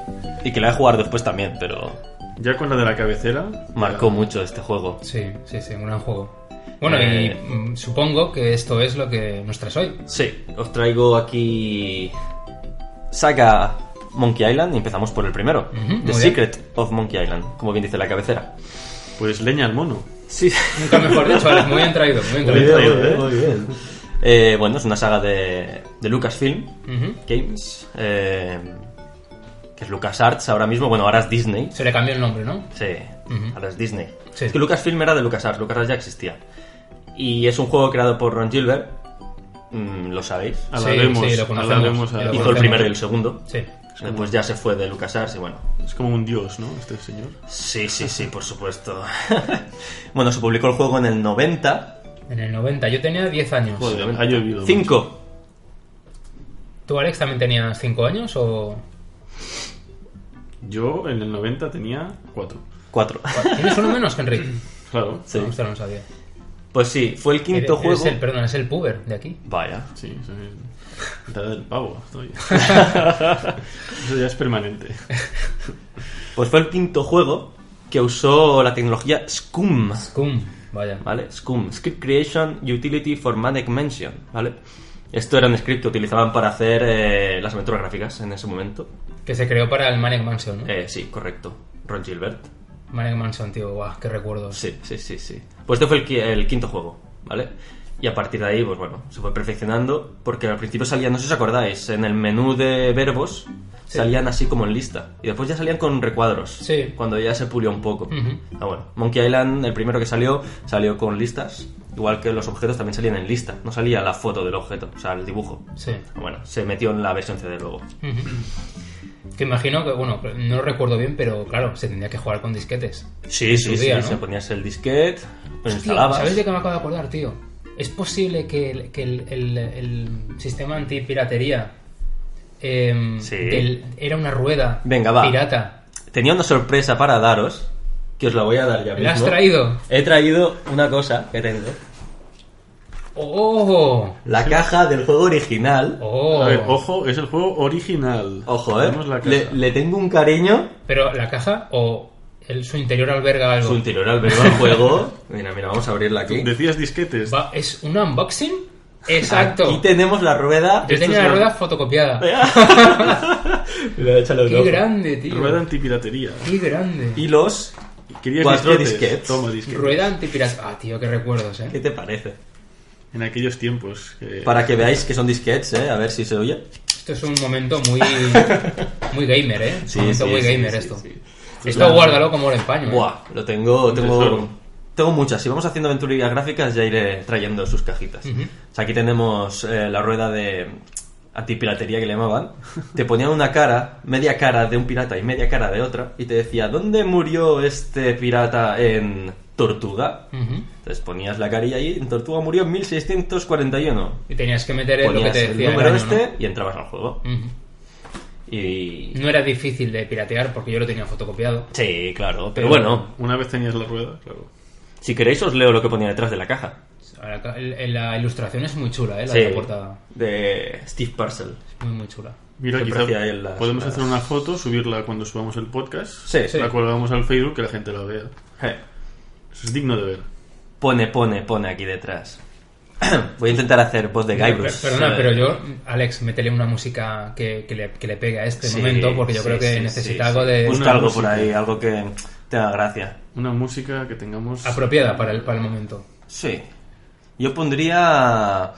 C: y que la he jugado después también, pero
D: Ya con la de la cabecera.
C: marcó mucho este juego.
B: Sí, sí, sí, un gran juego. Bueno,
C: Eh,
B: y mm, supongo que esto es lo que nos traes hoy.
C: Sí, os traigo aquí Saga Monkey Island y empezamos por el primero,
B: Ujú, muy
C: The
B: bien.
C: Secret of Monkey Island, como bien dice la cabecera.
D: Pues leña al mono.
C: Sí,
B: Nunca mejor dicho, Alex, muy bien traído, muy bien
D: Muy
B: traído.
D: bien, ¿eh?
C: Eh, bueno, es una saga de, de Lucasfilm
B: Ujú.
C: Games, eh, que es LucasArts ahora mismo, bueno, ahora es Disney.
B: Se le cambió el nombre, ¿no?
C: Sí,
B: Ujú.
C: ahora es Disney.
B: Sí.
C: Es que Lucasfilm era de LucasArts, LucasArts ya existía. Y es un juego creado por Ron Gilbert, mm, lo sabéis.
B: sí,
D: Alabemos,
B: lo conocemos.
D: alabemos a-
B: Lo
C: Hizo el
B: conocemos.
C: primero y el segundo.
B: Sí.
C: Después ya se fue de LucasArts y bueno.
D: Es como un dios, ¿no? Este señor.
C: Sí, sí, sí, por supuesto. bueno, se publicó el juego en el 90.
B: En el 90, yo tenía 10 años.
D: Joder, ha llovido. mucho.
C: 5.
B: ¿Tú, Alex, también tenías 5 años o...?
D: Yo en el 90 tenía 4.
C: 4.
B: ¿Tienes uno menos, Henry?
D: Claro.
C: Sí.
B: No, usted no lo sabía.
C: Pues sí, fue el quinto
B: Eres- eres
C: juego.
B: el- perdón, es el puber de aquí.
C: Vaya.
D: Sí, soy la edad del pavo estoy. Eso ya es permanente.
C: Pues fue el quinto juego que usó la tecnología SCUM.
B: Scum, vaya.
C: ¿Vale? SCUM, Script Creation Utility for Manic Mansion. ¿Vale? Esto era un script que utilizaban para hacer eh, las aventuras gráficas en ese momento.
B: Que se creó para el Manic Mansion, ¿no?
C: Eh, sí, correcto. Ron Gilbert.
B: Manic Mansion, tío, guau, qué recuerdos.
C: Sí, sí, sí, sí. Pues este fue el, qui- el quinto juego, ¿vale? Y a partir de ahí, pues bueno, se fue perfeccionando, porque al principio salían, no sé si os acordáis, en el menú de verbos
B: Sí.
C: salían así como en lista. Y después ya salían con recuadros.
B: Sí.
C: Cuando ya se pulió un poco.
B: Ujú.
C: Ah, bueno. Monkey Island, el primero que salió, salió con listas. Igual que los objetos también salían en lista. No salía la foto del objeto, o sea, el dibujo.
B: Sí.
C: Ah, Bueno, se metió en la versión CD luego.
B: Ujú. Que imagino que, bueno, no lo recuerdo bien, pero claro, se tendría que jugar con disquetes.
C: Sí,
B: su día, ¿no?
C: Se ponías el disquete, lo
B: Hostia,
C: instalabas.
B: ¿Sabéis de qué me acabo de acordar, tío? ¿Es posible que el, que el, el- el sistema antipiratería em,
C: Sí.
B: del- era una rueda
C: Venga, va.
B: pirata?
C: Tenía una sorpresa para daros, que os la voy a dar ya mismo.
B: ¿La has traído?
C: He traído una cosa que tengo.
B: ¡Oh!
C: La caja del juego original.
B: ¡Oh!
D: A ver, ojo, es el juego original.
C: Ojo, eh.
D: Tenemos la casa.
C: Le, le tengo un cariño.
B: Pero la caja o el, su interior alberga algo.
C: Su interior al verlo al juego. Mira, mira, vamos a abrirla aquí.
D: Decías disquetes.
B: Va- ¿Es un unboxing? Exacto.
C: Aquí tenemos la rueda.
B: Yo tenía la rueda fotocopiada.
C: Mira, échale un
B: ¡Qué
C: ojo.
B: grande, tío!
D: Rueda antipiratería.
B: ¡Qué grande!
C: Y los.
D: Querías
C: Cuatro
D: disquetes.
C: disquetes.
D: Toma disquetes.
B: Rueda antipirata. Ah, tío, qué recuerdos, eh.
C: ¿Qué te parece?
D: En aquellos tiempos. que-
C: Para que veáis que son disquets, eh. A ver si se oye.
B: Esto es un momento muy. muy gamer, eh.
C: Sí,
B: un momento
C: sí,
B: muy
C: sí,
B: gamer
C: sí,
B: esto.
C: sí.
B: Esto guárdalo como el empaño. eh.
C: Buah, lo tengo. Tengo,
D: tesoro.
C: tengo muchas. Si vamos haciendo aventurillas gráficas, ya iré trayendo sus cajitas.
B: Ujú.
C: O sea, aquí tenemos eh, la rueda de antipiratería que le llamaban. Te ponían una cara, media cara de un pirata y media cara de otra, y te decía, ¿dónde murió este pirata en Tortuga?
B: Ujú.
C: Entonces ponías la carilla ahí, en Tortuga murió en 1641.
B: Y tenías que meter lo que
C: Ponías
B: te
C: el
B: decía. el
C: número
B: año,
C: este y entrabas al juego.
B: ¿no? Ujú.
C: Y...
B: No era difícil de piratear porque yo lo tenía fotocopiado.
C: Sí, claro, pero bueno,
D: Una vez tenías la rueda, claro.
C: si queréis os leo lo que ponía detrás de la caja.
B: Ahora acá- el- el- la ilustración es muy chula, eh. La
C: Sí,
B: de la portada.
C: de Steve Parcell.
B: Muy, muy chula.
D: Mira,
C: Siempre
D: quizá
C: hacía él las-
D: podemos
C: las-
D: hacer una foto, subirla cuando subamos el podcast.
C: Sí, sí.
D: La colgamos al Facebook que la gente la vea.
C: Eh,
D: Eso es digno de ver.
C: Pone, pone, pone aquí detrás. Voy a intentar hacer voz de
B: Per-
C: Guybrush.
B: Perdona,
C: Eh,
B: pero yo, Alex, métele una música que, que le, que le pegue a este
C: sí,
B: momento porque yo
C: sí,
B: creo que
C: sí,
B: necesita
C: sí,
B: algo
C: sí.
B: de.
C: Busca
D: Una
C: algo
D: música.
C: por ahí, algo que te haga gracia.
D: Una música que tengamos.
B: apropiada para el, para el momento.
C: Sí. Yo pondría...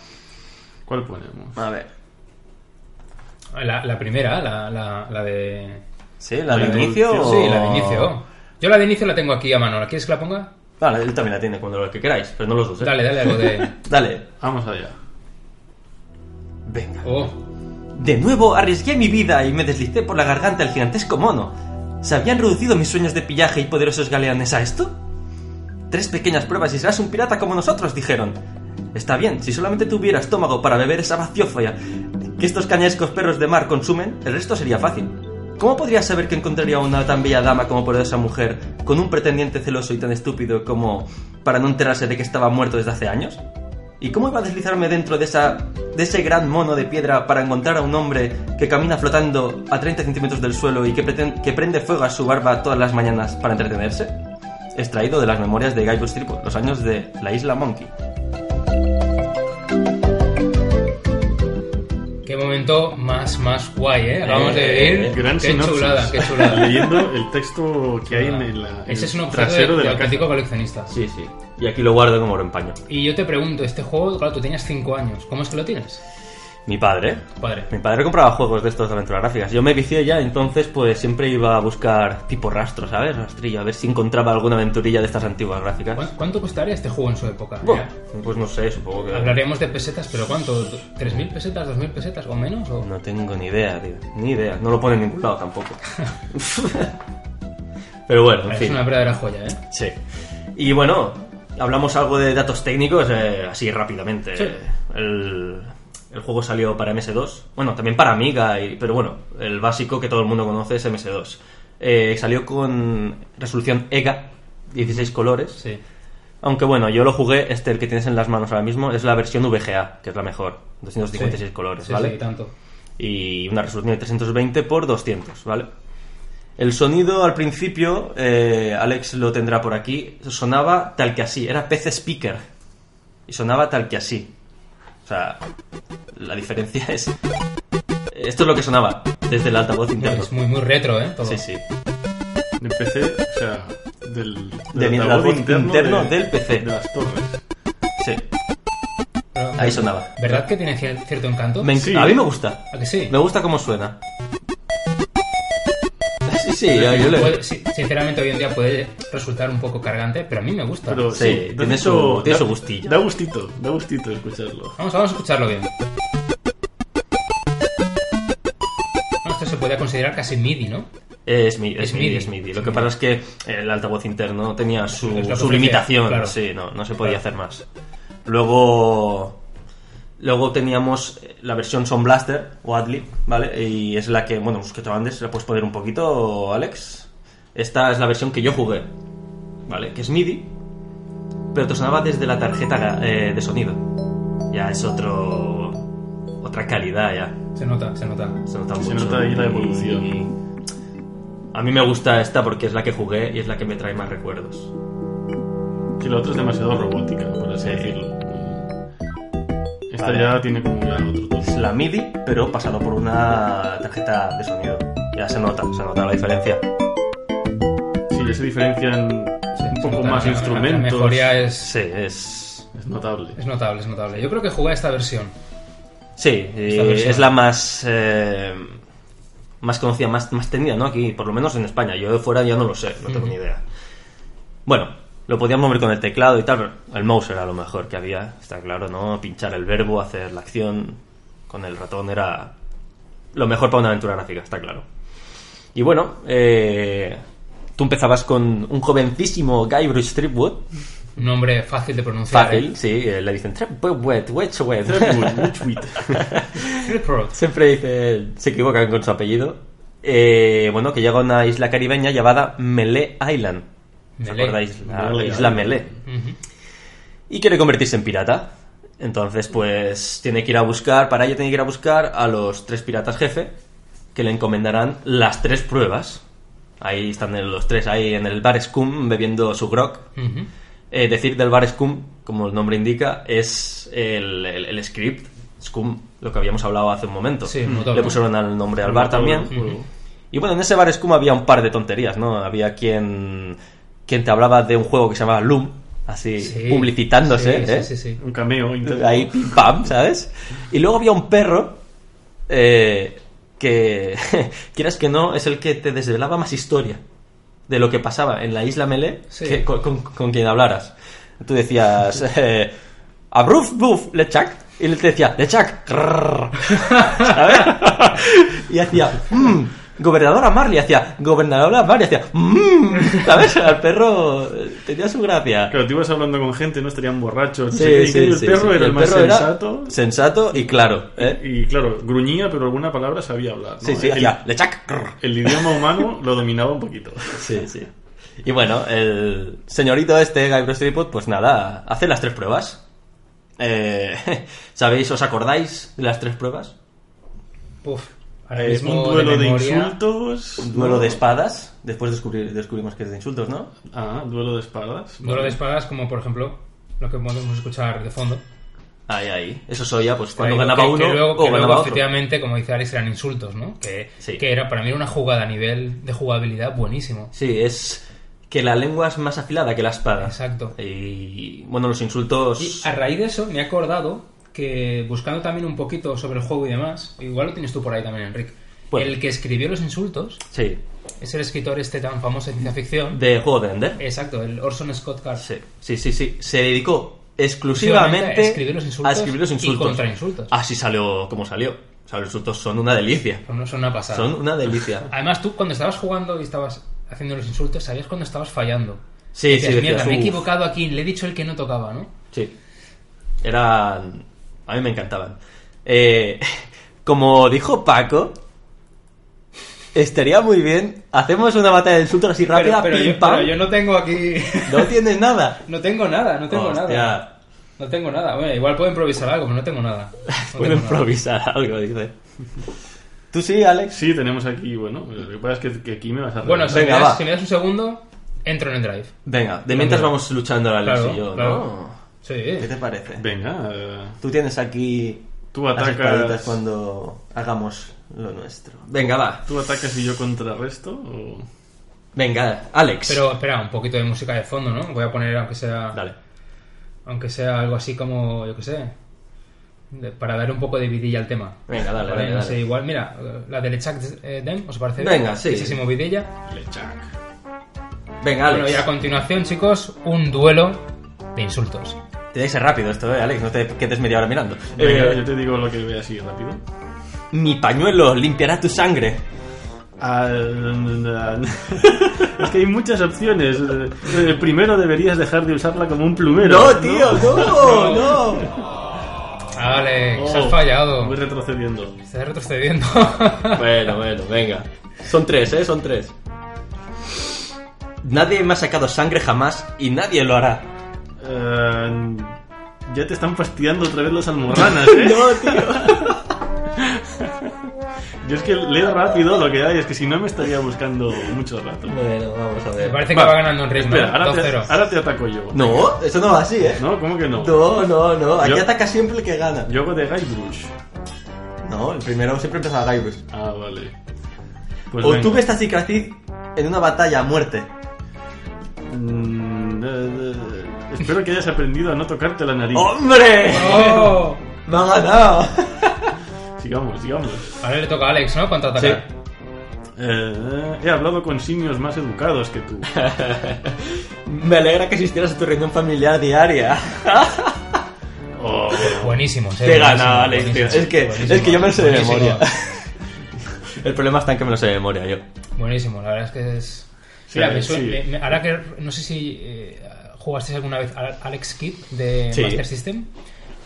D: ¿Cuál ponemos?
C: A ver.
B: La, la primera, la, la, la de.
C: ¿Sí? ¿La
D: La
C: de
D: de
C: inicio?
D: inicio.
C: o-
B: Sí, la de inicio. Yo la de inicio la tengo aquí a mano. ¿La quieres que la ponga?
C: Vale, él también la tiene cuando lo que queráis, pero no los dos, ¿eh?
B: Dale, dale algo de.
C: Dale.
D: Vamos allá.
C: Venga.
B: Oh,
C: De nuevo arriesgué mi vida y me deslicé por la garganta del gigantesco mono. ¿Se habían reducido mis sueños de pillaje y poderosos galeones a esto? Tres pequeñas pruebas y serás un pirata como nosotros, dijeron. Está bien, si solamente tuviera estómago para beber esa baciófaya que estos cañescos perros de mar consumen, el resto sería fácil. ¿Cómo podrías saber que encontraría a una tan bella dama como poderosa mujer con un pretendiente celoso y tan estúpido como para no enterarse de que estaba muerto desde hace años? ¿Y cómo iba a deslizarme dentro de, esa, de ese gran mono de piedra para encontrar a un hombre que camina flotando a 30 centímetros del suelo y que, preten- que prende fuego a su barba todas las mañanas para entretenerse? Extraído de las memorias de Guybrush Threepwood, los años de la isla Monkey.
B: Qué momento más, más guay, ¿eh? Acabamos de vivir.
D: Gran
B: qué
D: sinopsis.
B: chulada, qué chulada.
D: Leyendo el texto que hay en la,
B: Ese es un
D: el
B: objeto
D: trasero
B: de, de
D: de la caja.
B: auténtico coleccionista.
C: Sí, sí. Y aquí lo guardo como rempaño.
B: Y yo te pregunto, este juego, claro, tú tenías 5 años. ¿Cómo es que lo tienes?
C: Mi padre.
B: Padre.
C: Mi padre compraba juegos de estos de aventuras gráficas. Yo me vicié ya, entonces pues siempre iba a buscar tipo rastro, ¿sabes? Rastrillo, a ver si encontraba alguna aventurilla de estas antiguas gráficas.
B: ¿Cu- ¿Cuánto costaría este juego en su época?
C: Buah,
B: Ya.
C: pues no sé, supongo que...
B: Hablaríamos de pesetas, pero ¿cuánto? ¿3.000 pesetas, 2.000 pesetas o menos? O...
C: No tengo ni idea, tío. Ni idea. No lo pone en ningún lado tampoco. Pero bueno, en
B: es
C: fin.
B: una verdadera joya, ¿eh?
C: Sí. Y bueno, hablamos algo de datos técnicos eh, así rápidamente.
B: Sí.
C: El, el juego salió para MS2, bueno, también para Amiga, y- pero bueno, el básico que todo el mundo conoce es MS2. Eh, salió con resolución E EGA, 16 colores.
B: Sí.
C: Aunque bueno, yo lo jugué, este el que tienes en las manos ahora mismo, es la versión VGA, que es la mejor, 256
B: Sí.
C: colores,
B: Sí,
C: ¿vale?
B: sí, tanto.
C: y una resolución de 320 por 200, ¿vale? El sonido al principio, eh, Alex lo tendrá por aquí, sonaba tal que así, era PC Speaker y sonaba tal que así. O sea, la diferencia es... Esto es lo que sonaba desde el altavoz interno.
B: Es muy, muy retro, ¿eh? Todo.
C: Sí, sí.
D: Empecé, o sea, del,
C: Del
D: altavoz
C: altavoz interno del PC.
D: De las torres.
C: sí.
B: Pero-
C: Ahí sonaba.
B: ¿Verdad que tiene cier- cierto encanto?
C: Me enc-
D: Sí.
C: A mí me gusta.
B: ¿A que sí?
C: Me gusta cómo suena. Sí, sí, yo yo le...
B: Puede- sí, sinceramente, hoy en día puede resultar un poco cargante, pero a mí me gusta.
D: Pero
C: Sí,
D: da
C: tiene su-
D: gusto-
C: tiene su
D: da-
C: gustillo.
D: Da gustito, da gustito escucharlo.
B: Vamos, vamos a escucharlo bien. No, esto se podría considerar casi MIDI, ¿no?
C: Es MIDI, es,
B: Es
C: MIDI,
B: MIDI.
C: es MIDI. Lo que pasa es que el altavoz interno tenía
B: Es lo
C: su,
B: que
C: su
B: ofrecía,
C: limitación,
B: claro.
C: sí, no, no se podía
B: Claro.
C: hacer más. Luego, luego teníamos la versión Sound Blaster o Adlib, ¿vale? Y es la que, bueno, hemos escuchado antes, la puedes poner un poquito, Alex. Esta es la versión que yo jugué, ¿vale? Que es MIDI, pero te sonaba desde la tarjeta eh, de sonido. Ya es otro. otra calidad, ya.
B: Se nota, se nota.
C: Se nota
D: Se
C: mucho.
D: nota ahí la
C: Y-
D: evolución.
C: A mí me gusta esta porque es la que jugué y es la que me trae más recuerdos.
D: Que la otra es demasiado robótica, por así decirlo. Esta
C: Vale.
D: ya tiene como ya otro
C: Es
D: tono.
C: la MIDI, pero pasado por una tarjeta de sonido. Ya se nota, se nota la diferencia.
D: Sí, ya se diferencian
B: Se-
D: un
B: se
D: poco
B: nota,
D: más
B: la- la-
D: instrumentos.
B: La mejoría es,
C: Sí, es.
D: Es notable.
B: es notable, es notable. Yo creo que jugué a esta versión.
C: Sí, y
B: Esta versión.
C: es la más. eh, más conocida, más, más tendida, ¿no? Aquí, por lo menos en España. Yo de fuera ya no lo sé, no tengo ni idea. Bueno, lo podías mover con el teclado y tal, pero el mouse era lo mejor que había, está claro, ¿no? Pinchar el verbo, hacer la acción con el ratón era lo mejor para una aventura gráfica, está claro. Y bueno, eh, tú empezabas con un jovencísimo Guybrush Threepwood,
B: Un nombre fácil de pronunciar.
C: fácil, sí, eh, le dicen Threepwood, Wedgwood".
B: Flipper.
C: Siempre dice, se equivocan con su apellido. Eh, bueno, que llega a una isla caribeña llamada Melee Island. ¿Os
B: Melee.
C: acordáis? La
D: Melee
C: isla
D: Island.
C: Melee.
B: Ujú.
C: Y quiere convertirse en pirata. Entonces, pues, tiene que ir a buscar, para ello tiene que ir a buscar a los tres piratas jefe, que le encomendarán las tres pruebas. Ahí están los tres, ahí en el bar Scum, bebiendo su grog.
B: Ujú.
C: Eh, decir del bar Scum, como el nombre indica, es el, el- el script. Scum, lo que habíamos hablado hace un momento.
B: Sí,
C: Le
B: notable.
C: pusieron el nombre al
D: El
C: bar
D: motor
C: también.
D: del juego.
C: Y bueno, en ese bar Scum había un par de tonterías, ¿no? Había quien, quien te hablaba de un juego que se llamaba Loom, así
B: Sí.
C: publicitándose,
B: Sí,
C: ¿eh?
B: Sí, sí, sí.
D: Un cameo interno.
C: Ahí, pim, pam, ¿sabes? Y luego había un perro eh, que, quieras que no, es el que te desvelaba más historia de lo que pasaba en la isla Melee
B: Sí.
C: que- con, con- con quien hablaras. Tú decías, eh, abruf, buf, lechak, y él te decía, lechak, crrrr". ¿sabes? Y hacía, mmm, gobernadora Marley, hacía, gobernadora Marley, hacía, mmm, ¿sabes? El perro eh, tenía su gracia.
D: Claro, tú ibas hablando con gente, no estarían borrachos.
C: Sí,
D: y
C: sí,
D: el
C: sí,
D: perro
C: sí.
D: era el más
C: perro era
D: sensato.
C: sensato y claro. ¿eh?
D: Y claro, gruñía, pero alguna palabra sabía hablar. ¿no?
C: sí, sí,
D: El-
C: hacía lechac. crrr.
D: El idioma humano lo dominaba un poquito. Eh,
C: Sí, sí. Y bueno, el señorito este, Guybrush Threepwood, pues nada, hace las tres pruebas. Eh, ¿Sabéis, os acordáis de las tres pruebas?
B: Uf, ahora
D: Es
B: mismo
D: Eh, un duelo de,
B: memoria-
D: insultos.
C: Un duelo de espadas. Después descubri- descubrimos que es de insultos, ¿no?
D: Ah, duelo de espadas.
B: Duelo de espadas, como por ejemplo lo que podemos escuchar de fondo.
C: Ahí, ahí. Eso soy ya, pues cuando
B: Ahí,
C: ganaba
B: que-
C: uno
B: que luego,
C: o
B: que
C: ganaba
B: luego,
C: otro.
B: efectivamente, como dice Alex, eran insultos, ¿no? Que,
C: Sí.
B: que era para mí era una jugada a nivel de jugabilidad buenísimo.
C: Sí, es que la lengua es más afilada que la espada.
B: Exacto.
C: Y bueno, los insultos.
B: Y a raíz de eso me he acordado que buscando también un poquito sobre el juego y demás, igual lo tienes tú por ahí también, Enrique.
C: Bueno.
B: El que escribió los insultos
C: Sí.
B: es el escritor este tan famoso de ciencia ficción.
C: De juego de Ender.
B: Exacto, el Orson Scott Card.
C: Sí, sí, sí, sí. Se dedicó
B: Exclusivamente
C: exclusivamente
B: a escribir los insultos
C: a escribir los
B: y
C: insultos.
B: contrainsultos.
C: Así salió como salió. O sea, los insultos son una delicia.
B: Son, son una pasada.
C: Son una delicia.
B: Además, tú cuando estabas jugando y estabas haciendo los insultos, sabías cuando estabas fallando.
C: Sí,
B: Decías,
C: sí, decías,
B: mierda, me he
C: "Uf".
B: equivocado aquí, le he dicho el que no tocaba, ¿no?
C: Sí. Eran. A mí me encantaban. Eh, como dijo Paco, estaría muy bien. Hacemos una batalla de insultos así rápida, pim, pam.
B: no tengo aquí.
C: No tienes nada.
B: No tengo nada, no tengo
C: Hostia,
B: nada. No tengo nada. Bueno, igual puedo improvisar algo, pero no tengo nada. No
C: puedo
B: tengo nada.
C: improvisar algo, dice. ¿Tú sí, Alex?
D: Sí, tenemos aquí, bueno, lo que pasa es que, que aquí me vas a...
B: Bueno, si,
C: Venga,
B: me das,
C: va.
B: si me das un segundo, entro en el drive.
C: Venga, de mientras
B: Venga.
C: vamos luchando a Alex
B: Claro,
C: y yo,
B: claro.
C: ¿no?
B: Sí.
C: ¿Qué te parece?
D: Venga, eh,
C: Tú tienes aquí
D: Tú
C: las
D: atacas-
C: espaditas cuando hagamos lo nuestro. Venga, va.
D: ¿tú atacas y yo contrarresto? O...
C: Venga, Alex.
B: Pero espera, un poquito de música de fondo, ¿no? Voy a poner aunque sea
C: Dale.
B: aunque sea algo así como, yo qué sé, de- para dar un poco de vidilla al tema.
C: Venga, dale,
B: Vale,
C: dale,
B: no
C: dale.
B: sé, igual, mira, la de Lechak Dem, ¿os parece?
C: Venga, sí.
B: Sí, vidilla.
D: Lechak.
C: Venga, Alex.
B: Bueno, y a continuación, chicos, un duelo de insultos.
C: Tiene que ser rápido esto, eh, Alex. No te quedes media hora mirando.
D: Venga, yo
C: Eh,
D: te digo lo que veo así rápido.
C: Mi pañuelo limpiará tu sangre.
D: Al- es que hay muchas opciones. Eh, Primero deberías dejar de usarla como un plumero.
C: No, tío, no, no.
B: Alex,
D: Oh,
B: has fallado.
D: Voy retrocediendo.
B: Estás retrocediendo.
C: Bueno, bueno, venga. Son tres, eh, son tres. Nadie me ha sacado sangre jamás y nadie lo hará.
D: Eh, ya te están fastidiando otra vez las almorranas, ¿eh?
C: No, tío.
D: Yo es que leo rápido lo que hay, es que si no me estaría buscando mucho rato.
C: Bueno, vamos a
B: Me
C: ver.
B: parece que
D: Va,
B: va ganando un ritmo. ¿eh?
D: Espera, ahora te,
B: 2-0.
D: ahora te ataco yo.
C: No, eso no va así, eh.
D: No, ¿cómo que no?
C: No, no, no. Aquí
D: Yo-
C: ataca siempre el que gana.
D: Yo hago de Guybrush.
C: No, el primero siempre empezaba Guybrush.
D: Ah, vale. Pues
C: o
D: venga.
C: tú ves a cicatriz en una batalla a muerte.
D: Mm, de- de- Espero que hayas aprendido a no tocarte la nariz.
C: ¡Hombre!
B: ¡Oh!
C: ¡Me ha ganado!
D: Sigamos, sigamos.
B: Ahora le toca a Alex, ¿no? Cuánto atacar.
C: Sí.
D: Eh, he hablado con simios más educados que tú.
C: Me alegra que asistieras a tu reunión familiar diaria.
D: Oh,
B: Buenísimo, sí,
C: Te
B: buenísimo,
C: gana, Alex, tío.
B: buenísimo,
C: Es que,
B: buenísimo,
C: es que yo me lo sé de
B: buenísimo.
C: memoria. El problema está en que me lo sé de memoria yo.
B: Buenísimo, la verdad es que es.
D: Sí,
B: Mira, me
D: sí.
B: suena- me- me- ahora que. No sé si eh, jugasteis alguna vez a Alex Kidd de
C: Sí.
B: Master System.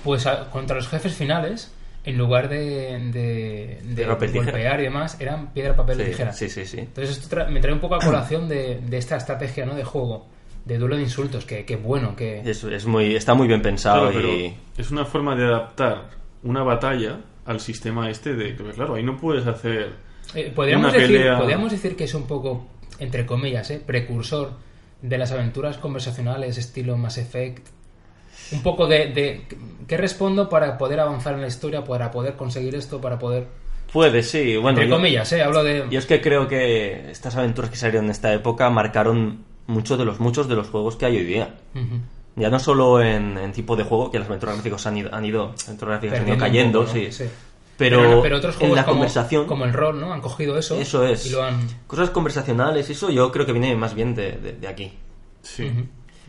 B: Pues a- contra los jefes finales, en lugar de, de, de
C: Piedra, papel,
B: golpear y demás, eran piedra, papel,
C: Sí,
B: tijera.
C: sí, sí, sí.
B: Entonces esto tra- me trae un poco a colación de, de esta estrategia ¿no? de juego, de duelo de insultos, que, que bueno, que...
C: Es, es muy, está muy bien pensado
D: claro, pero
C: y...
D: es una forma de adaptar una batalla al sistema este de que, claro, ahí no puedes hacer.
B: Eh, podríamos,
D: Una
B: decir,
D: pelea.
B: podríamos decir que es un poco, entre comillas, eh, precursor de las aventuras conversacionales estilo Mass Effect. Un poco de, de qué respondo para poder avanzar en la historia, para poder conseguir esto, para poder...
C: Puede, sí. Bueno,
B: Entre
C: yo-
B: comillas, eh, hablo de...
C: Yo es que creo que estas aventuras que salieron en esta época marcaron muchos de los muchos de los juegos que hay hoy día.
B: Ujú.
C: Ya no solo en, en tipo de juego, que las aventuras gráficas han ido, han ido, las aventuras gráficas han ido
B: Perdiendo un
C: cayendo,
B: poco, ¿no?
C: sí.
B: Sí.
C: Pero,
B: no, pero otros
C: en
B: juegos
C: la
B: como,
C: conversación,
B: como el rol, ¿no? Han cogido eso,
C: eso es.
B: y lo han...
C: Cosas conversacionales, eso yo creo que viene más bien de, de- de aquí.
D: Sí,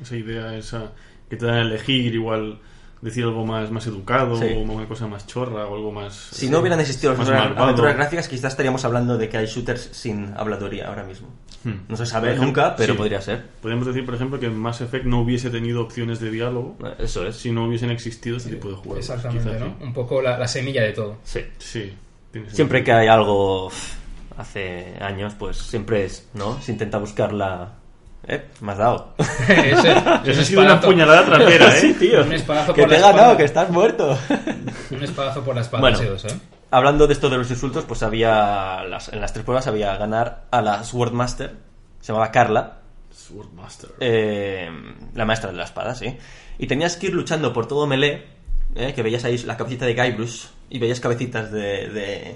D: esa idea, esa que te dan a elegir, igual decir algo más, más educado,
C: Sí.
D: o una cosa más chorra, o algo más. eh,
C: Si no hubieran existido las
D: más
C: aventuras,
D: malvado.
C: aventuras gráficas, quizás estaríamos hablando de que hay shooters sin habladoría ahora mismo.
D: Hmm.
C: No se sabe
D: Por ejemplo,
C: nunca, pero
D: sí.
C: podría ser.
D: Podríamos decir, por ejemplo, que Mass Effect no hubiese tenido opciones de diálogo
C: Eso es.
D: si no hubiesen existido este tipo de juegos.
B: Exactamente,
D: quizás,
B: ¿no? Un poco la, la semilla de todo.
C: Sí.
D: Sí. tiene
C: Siempre que
D: sentido.
C: hay algo uf, hace años, pues siempre es, ¿no? Se intenta buscar la, Eh, me has dado.
B: Eso
D: Eso ha sido una puñalada trapera, ¿eh?
C: Sí, tío.
B: Un espadazo
C: Que
B: por
C: te he
B: la
C: ganado,
B: espalda.
C: que estás muerto.
B: Un espadazo por la espalda,
C: Bueno.
B: ha sido eso, ¿eh?
C: Hablando de esto de los insultos, pues había. las- en las tres pruebas había ganar a la Swordmaster, se llamaba Carla,
D: Swordmaster.
C: eh, la maestra de la espada, sí. Y tenías que ir luchando por todo melee, eh, que veías ahí la cabecita de Guybrush y veías cabecitas de. de,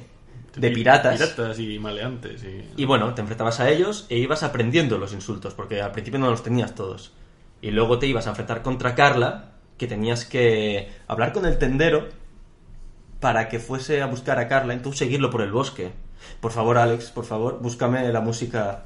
C: de piratas.
D: Piratas y maleantes. Y...
C: Y bueno, te enfrentabas a ellos e ibas aprendiendo los insultos, porque al principio no los tenías todos. Y luego te ibas a enfrentar contra Carla, que tenías que hablar con el tendero para que fuese a buscar a Carla, entonces seguirlo por el bosque. Por favor, Alex, por favor, búscame la música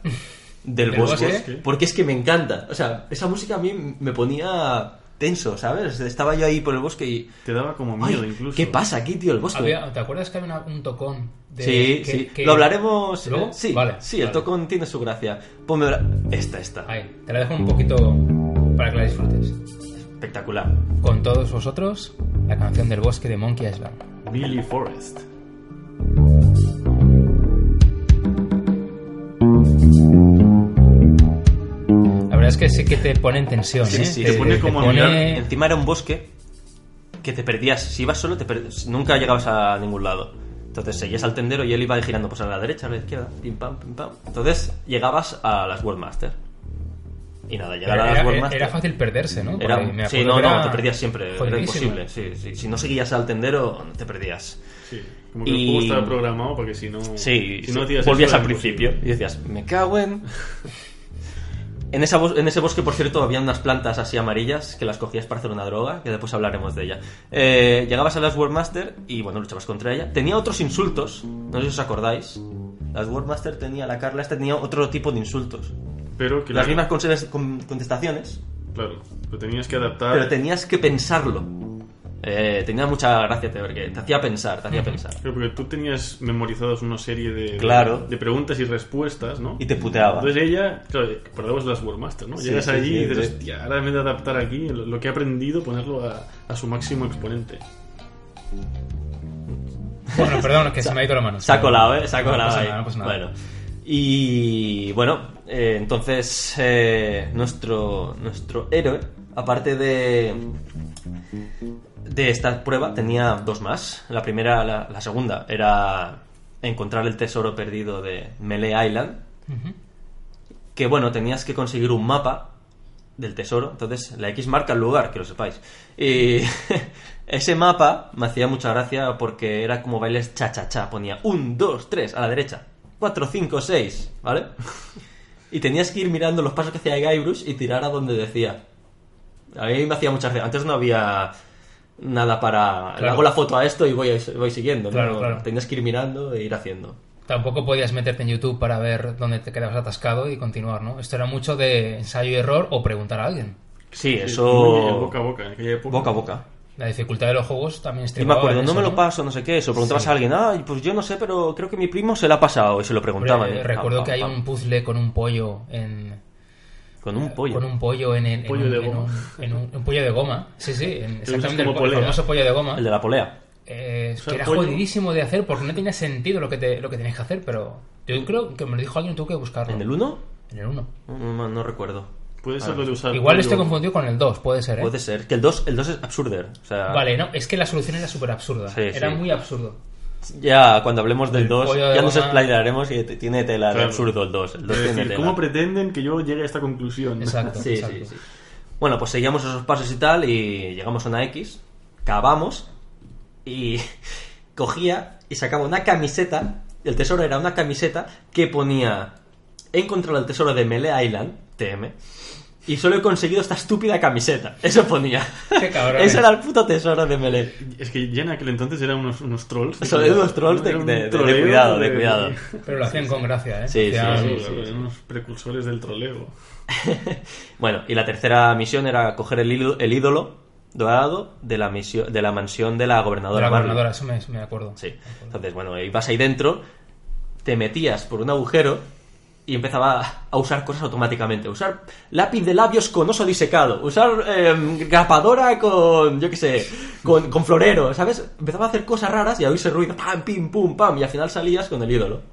C: del
B: ¿Del
C: bosque,
B: bosque?
C: porque es que me encanta. O sea, esa música a mí me ponía tenso, ¿sabes? Estaba yo ahí por el bosque y...
D: Te daba como
C: "Ay,
D: miedo incluso.
C: ¿Qué pasa aquí, tío, el bosque?
B: Había- ¿Te acuerdas que había una- un tocón? De,
C: sí,
B: que-
C: sí.
B: que-
C: Lo hablaremos. eh,
B: ¿Luego?
C: Sí,
B: Vale,
C: sí, el
B: vale.
C: tocón tiene su gracia. Ponme ahora- esta, esta.
B: Ahí, te la dejo un poquito para que la disfrutes.
C: Espectacular.
B: Con todos vosotros, la canción del bosque de Monkey Island.
D: Billy Forrest.
B: La verdad es que sí que te pone en tensión,
C: Sí,
B: ¿eh?
C: sí,
B: te,
C: te pone
D: como a
B: pone-
D: mirar
C: Encima era un bosque que te perdías. Si ibas solo, te perdías. nunca llegabas a ningún lado. Entonces seguías al tendero y él iba girando pues, a la derecha, a la izquierda, pim pam, pim pam. Entonces llegabas a las Worldmaster. Y nada, llegar a
B: Era,
C: las
B: era,
C: Worldmaster.
B: era fácil perderse, ¿no?
C: Era-
B: Porque me
C: sí,
B: acuerdo
C: no,
B: que
C: no,
B: era
C: te perdías siempre. Era
B: jodidísimo.
C: imposible. Sí, sí. Si no seguías al tendero, te perdías.
D: Sí. Como que
C: Y-
D: el juego estaba programado para que si no.
C: Sí,
D: si
C: sí.
D: no hacías
C: volvías
D: eso,
C: al
D: era
C: principio
D: imposible.
C: y decías, me cago en... En, esa bos- en ese bosque, por cierto, había unas plantas así amarillas que las cogías para hacer una droga, que después hablaremos de ella. Eh, llegabas a las Warmaster y, bueno, luchabas contra ella. Tenía otros insultos, no sé si os acordáis. Las Warmaster tenía, la Carla esta tenía otro tipo de insultos.
D: Pero que
C: Las
D: la-
C: mismas conse- con- contestaciones,
D: Claro. Lo tenías que adaptar.
C: pero tenías que pensarlo. Eh, tenía mucha gracia, te, porque te hacía pensar, te hacía pensar.
D: Claro, porque tú tenías memorizados una serie de,
C: Claro.
D: de preguntas y respuestas, ¿no?
C: Y te puteaba.
D: Entonces ella, claro, perdemos las Warmaster, ¿no?
C: Sí,
D: Llegas
C: sí,
D: allí
C: sí,
D: y dices,
C: sí.
D: hostia, ahora me he de adaptar aquí lo lo que he aprendido, ponerlo a, a su máximo exponente.
B: Bueno, perdón, que se me ha ido la mano.
C: Se ha colado, ¿eh? Se ha
B: No
C: colado
B: pasa
C: ahí.
B: nada, no pasa nada.
C: Bueno. Y bueno, eh, entonces eh, nuestro, nuestro héroe, aparte de, de esta prueba, tenía dos más. La primera, la, la segunda, era encontrar el tesoro perdido de Melee Island.
B: Ujú.
C: Que bueno, tenías que conseguir un mapa del tesoro. Entonces la X marca el lugar, que lo sepáis. Y ese mapa me hacía mucha gracia porque era como bailes cha-cha-cha. Ponía 1, 2, 3 a la derecha. 4, 5, 6, ¿vale? Y tenías que ir mirando los pasos que hacía Guybrush y tirar a donde decía. A mí me hacía mucha gracia. Antes no había nada para... Le
B: Claro.
C: hago la foto a esto y voy, voy siguiendo. ¿no?
B: Claro, claro.
C: Tenías que ir mirando e ir haciendo.
B: Tampoco podías meterte en YouTube para ver dónde te quedabas atascado y continuar, ¿no? Esto era mucho de ensayo y error o preguntar a alguien.
C: Sí,
D: Muy bien,
C: eso...
D: Boca a boca, en aquella época.
C: Boca a boca.
B: La dificultad de los juegos también
C: Yo me
B: estribaba
C: acuerdo,
B: en
C: no
B: eso,
C: me lo paso, no sé qué, eso. Preguntabas a alguien, ah, pues yo no sé, pero creo que mi primo se lo ha pasado. Y se lo preguntaban.
B: Hombre,
C: y-
B: recuerdo
C: eh, pam,
B: que
C: pam,
B: hay
C: pam.
B: un puzzle con un pollo en
C: Con un pollo.
B: con un pollo en el en
D: Pollo
B: un,
D: de
B: en
D: goma.
B: un- en un- un pollo de goma sí sí en-
D: usas
B: exactamente el,
D: como
B: po- el
D: polea.
B: famoso pollo de goma
C: El de la polea.
B: Eh,
D: sea,
B: que era
D: pollo.
B: jodidísimo de hacer porque no tenía sentido lo que te, lo que tenías que hacer pero yo creo que me lo dijo alguien tuve que buscarlo
C: ¿En el 1?
B: En el uno.
C: No, no- no recuerdo.
D: Puede
C: Ah.
D: ser lo de usar.
B: igual
D: pollo-
B: este confundió con el 2 puede ser ¿eh?
C: Puede ser. Que el 2 el dos es absurder. O sea,
B: vale no es que la solución era súper absurda
C: Sí,
B: era
C: sí.
B: muy absurdo
C: Ya cuando hablemos del 2,
B: pollo de
C: ya nos
B: goma.
C: explayaremos y te- tiene tela de
D: Claro.
C: absurdo el 2. El 2
D: Es
C: tiene
D: decir,
C: tela.
D: ¿cómo pretenden que yo llegue a esta conclusión?
B: exacto
C: Sí,
B: exacto.
C: sí, sí. Bueno, pues seguíamos esos pasos y tal y llegamos a una X, cavamos y cogía y sacaba una camiseta. El tesoro era una camiseta que ponía He encontrado el tesoro de Melee Island, TM, y solo he conseguido esta estúpida camiseta. Eso ponía.
B: Qué cabrones.
C: Eso era el puto tesoro de Melee.
D: Es que ya en aquel entonces eran unos, unos trolls.
C: Son de unos trolls de-
D: Era un
C: de- de- de
D: troleo
C: cuidado, de cuidado.
B: pero lo hacían con gracia eh
C: Sí, sí,
B: Hacían-
D: Claro,
C: sí.
D: claro, eran unos precursores del troleo.
C: Bueno, y la tercera misión era coger el, ídolo- el ídolo dorado de la, misión, de la mansión de la
B: de
C: gobernadora
B: la
C: Marlowe.
B: gobernadora eso me, me acuerdo
C: Sí. Entonces, bueno, ibas ahí dentro, te metías por un agujero y empezaba a usar cosas automáticamente. Usar lápiz de labios con oso disecado, usar eh, grapadora con, yo qué sé, con, con florero, ¿sabes? Empezaba a hacer cosas raras y a oírse ruido, pam, pim, pum, pam, y al final salías con el ídolo.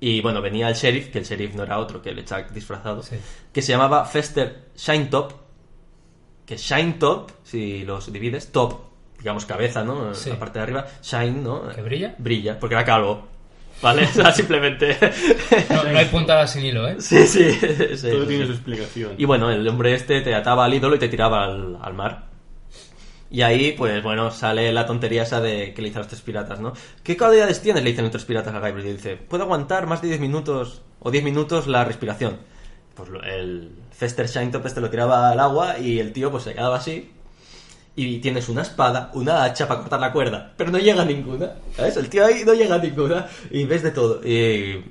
C: Y bueno, venía el sheriff, que el sheriff no era otro que el Chuck disfrazado,
B: Sí.
C: que se llamaba Fester Shine Top. Que Shine Top, si los divides, top, digamos cabeza, ¿no?
B: Sí.
C: La parte de arriba, Shine, ¿no?
B: ¿Que brilla?
C: Brilla, porque era calvo. ¿Vale? O sea, simplemente.
B: No, no hay puntada sin hilo, ¿eh?
C: sí, sí. sí,
D: Todo
C: sí.
D: tiene su explicación.
C: Y bueno, el hombre este te ataba al ídolo y te tiraba al, al mar. Y ahí, pues bueno, sale la tontería esa de que le dicen los tres piratas, ¿no? ¿Qué capacidades tienes? Le dicen los tres piratas a Gabriel. Y dice, ¿puedo aguantar más de 10 minutos o 10 minutos la respiración? Pues lo- el Fester Shinetop este lo tiraba al agua y el tío pues se quedaba así. Y tienes una espada, una hacha para cortar la cuerda, pero no llega a ninguna. ¿Sabes? El tío ahí no llega a ninguna. Y ves de todo. Y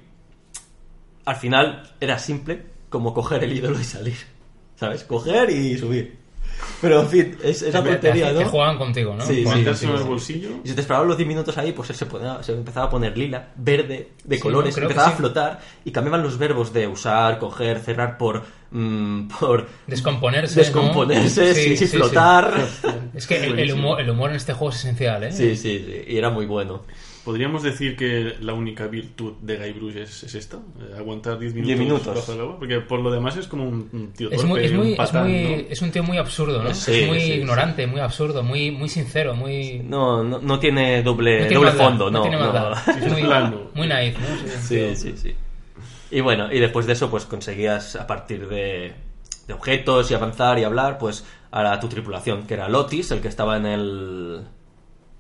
C: al final era simple como coger el ídolo y salir. ¿Sabes? Coger y subir. Pero en fin, es esa
B: Te- te-
C: tontería,
B: Te
C: ¿no?
B: juegan contigo, ¿no?
C: Sí,
B: Juegan
C: sí,
D: Meterse
C: sí,
B: contigo.
D: en el
C: sí.
D: bolsillo.
C: Y si te esperaban los 10 minutos ahí, pues se, ponía- se empezaba a poner lila, verde, de
B: Sí,
C: colores,
B: creo que
C: empezaba
B: sí.
C: a flotar y cambiaban los verbos de usar, coger, cerrar por. mm, por
B: Descomponerse. ¿no?
C: descomponerse,
B: Sí,
C: sí, sí,
B: sí, sí.
C: flotar.
B: Es que el, el humor, el humor en este juego es esencial, ¿eh?
C: Sí. sí, sí, y era muy bueno.
D: ¿Podríamos decir que la única virtud de Guybrush es, es esta? Eh, aguantar 10
C: Diez
D: minutos,
C: minutos.
D: bajo el agua. Porque por lo demás es como un, un tío
B: Es
D: torpe,
B: muy, es, muy,
D: un
B: es,
D: patán,
B: muy-
D: ¿no?
B: es un tío muy absurdo, ¿no?
C: Sí,
B: es muy
C: sí, sí.
B: ignorante, muy absurdo, muy, muy sincero, muy...
C: No, no, no tiene doble,
B: no tiene
C: Eh, doble
B: maldad,
C: fondo, no.
B: tiene
C: no.
B: maldad. Es muy,
D: plano.
B: muy naif, ¿no? Sí.
C: Sí, sí, sí. Y bueno, y después de eso, pues conseguías a partir de, de objetos y avanzar y hablar, pues a la- tu tripulación, que era Lotis, el que estaba en el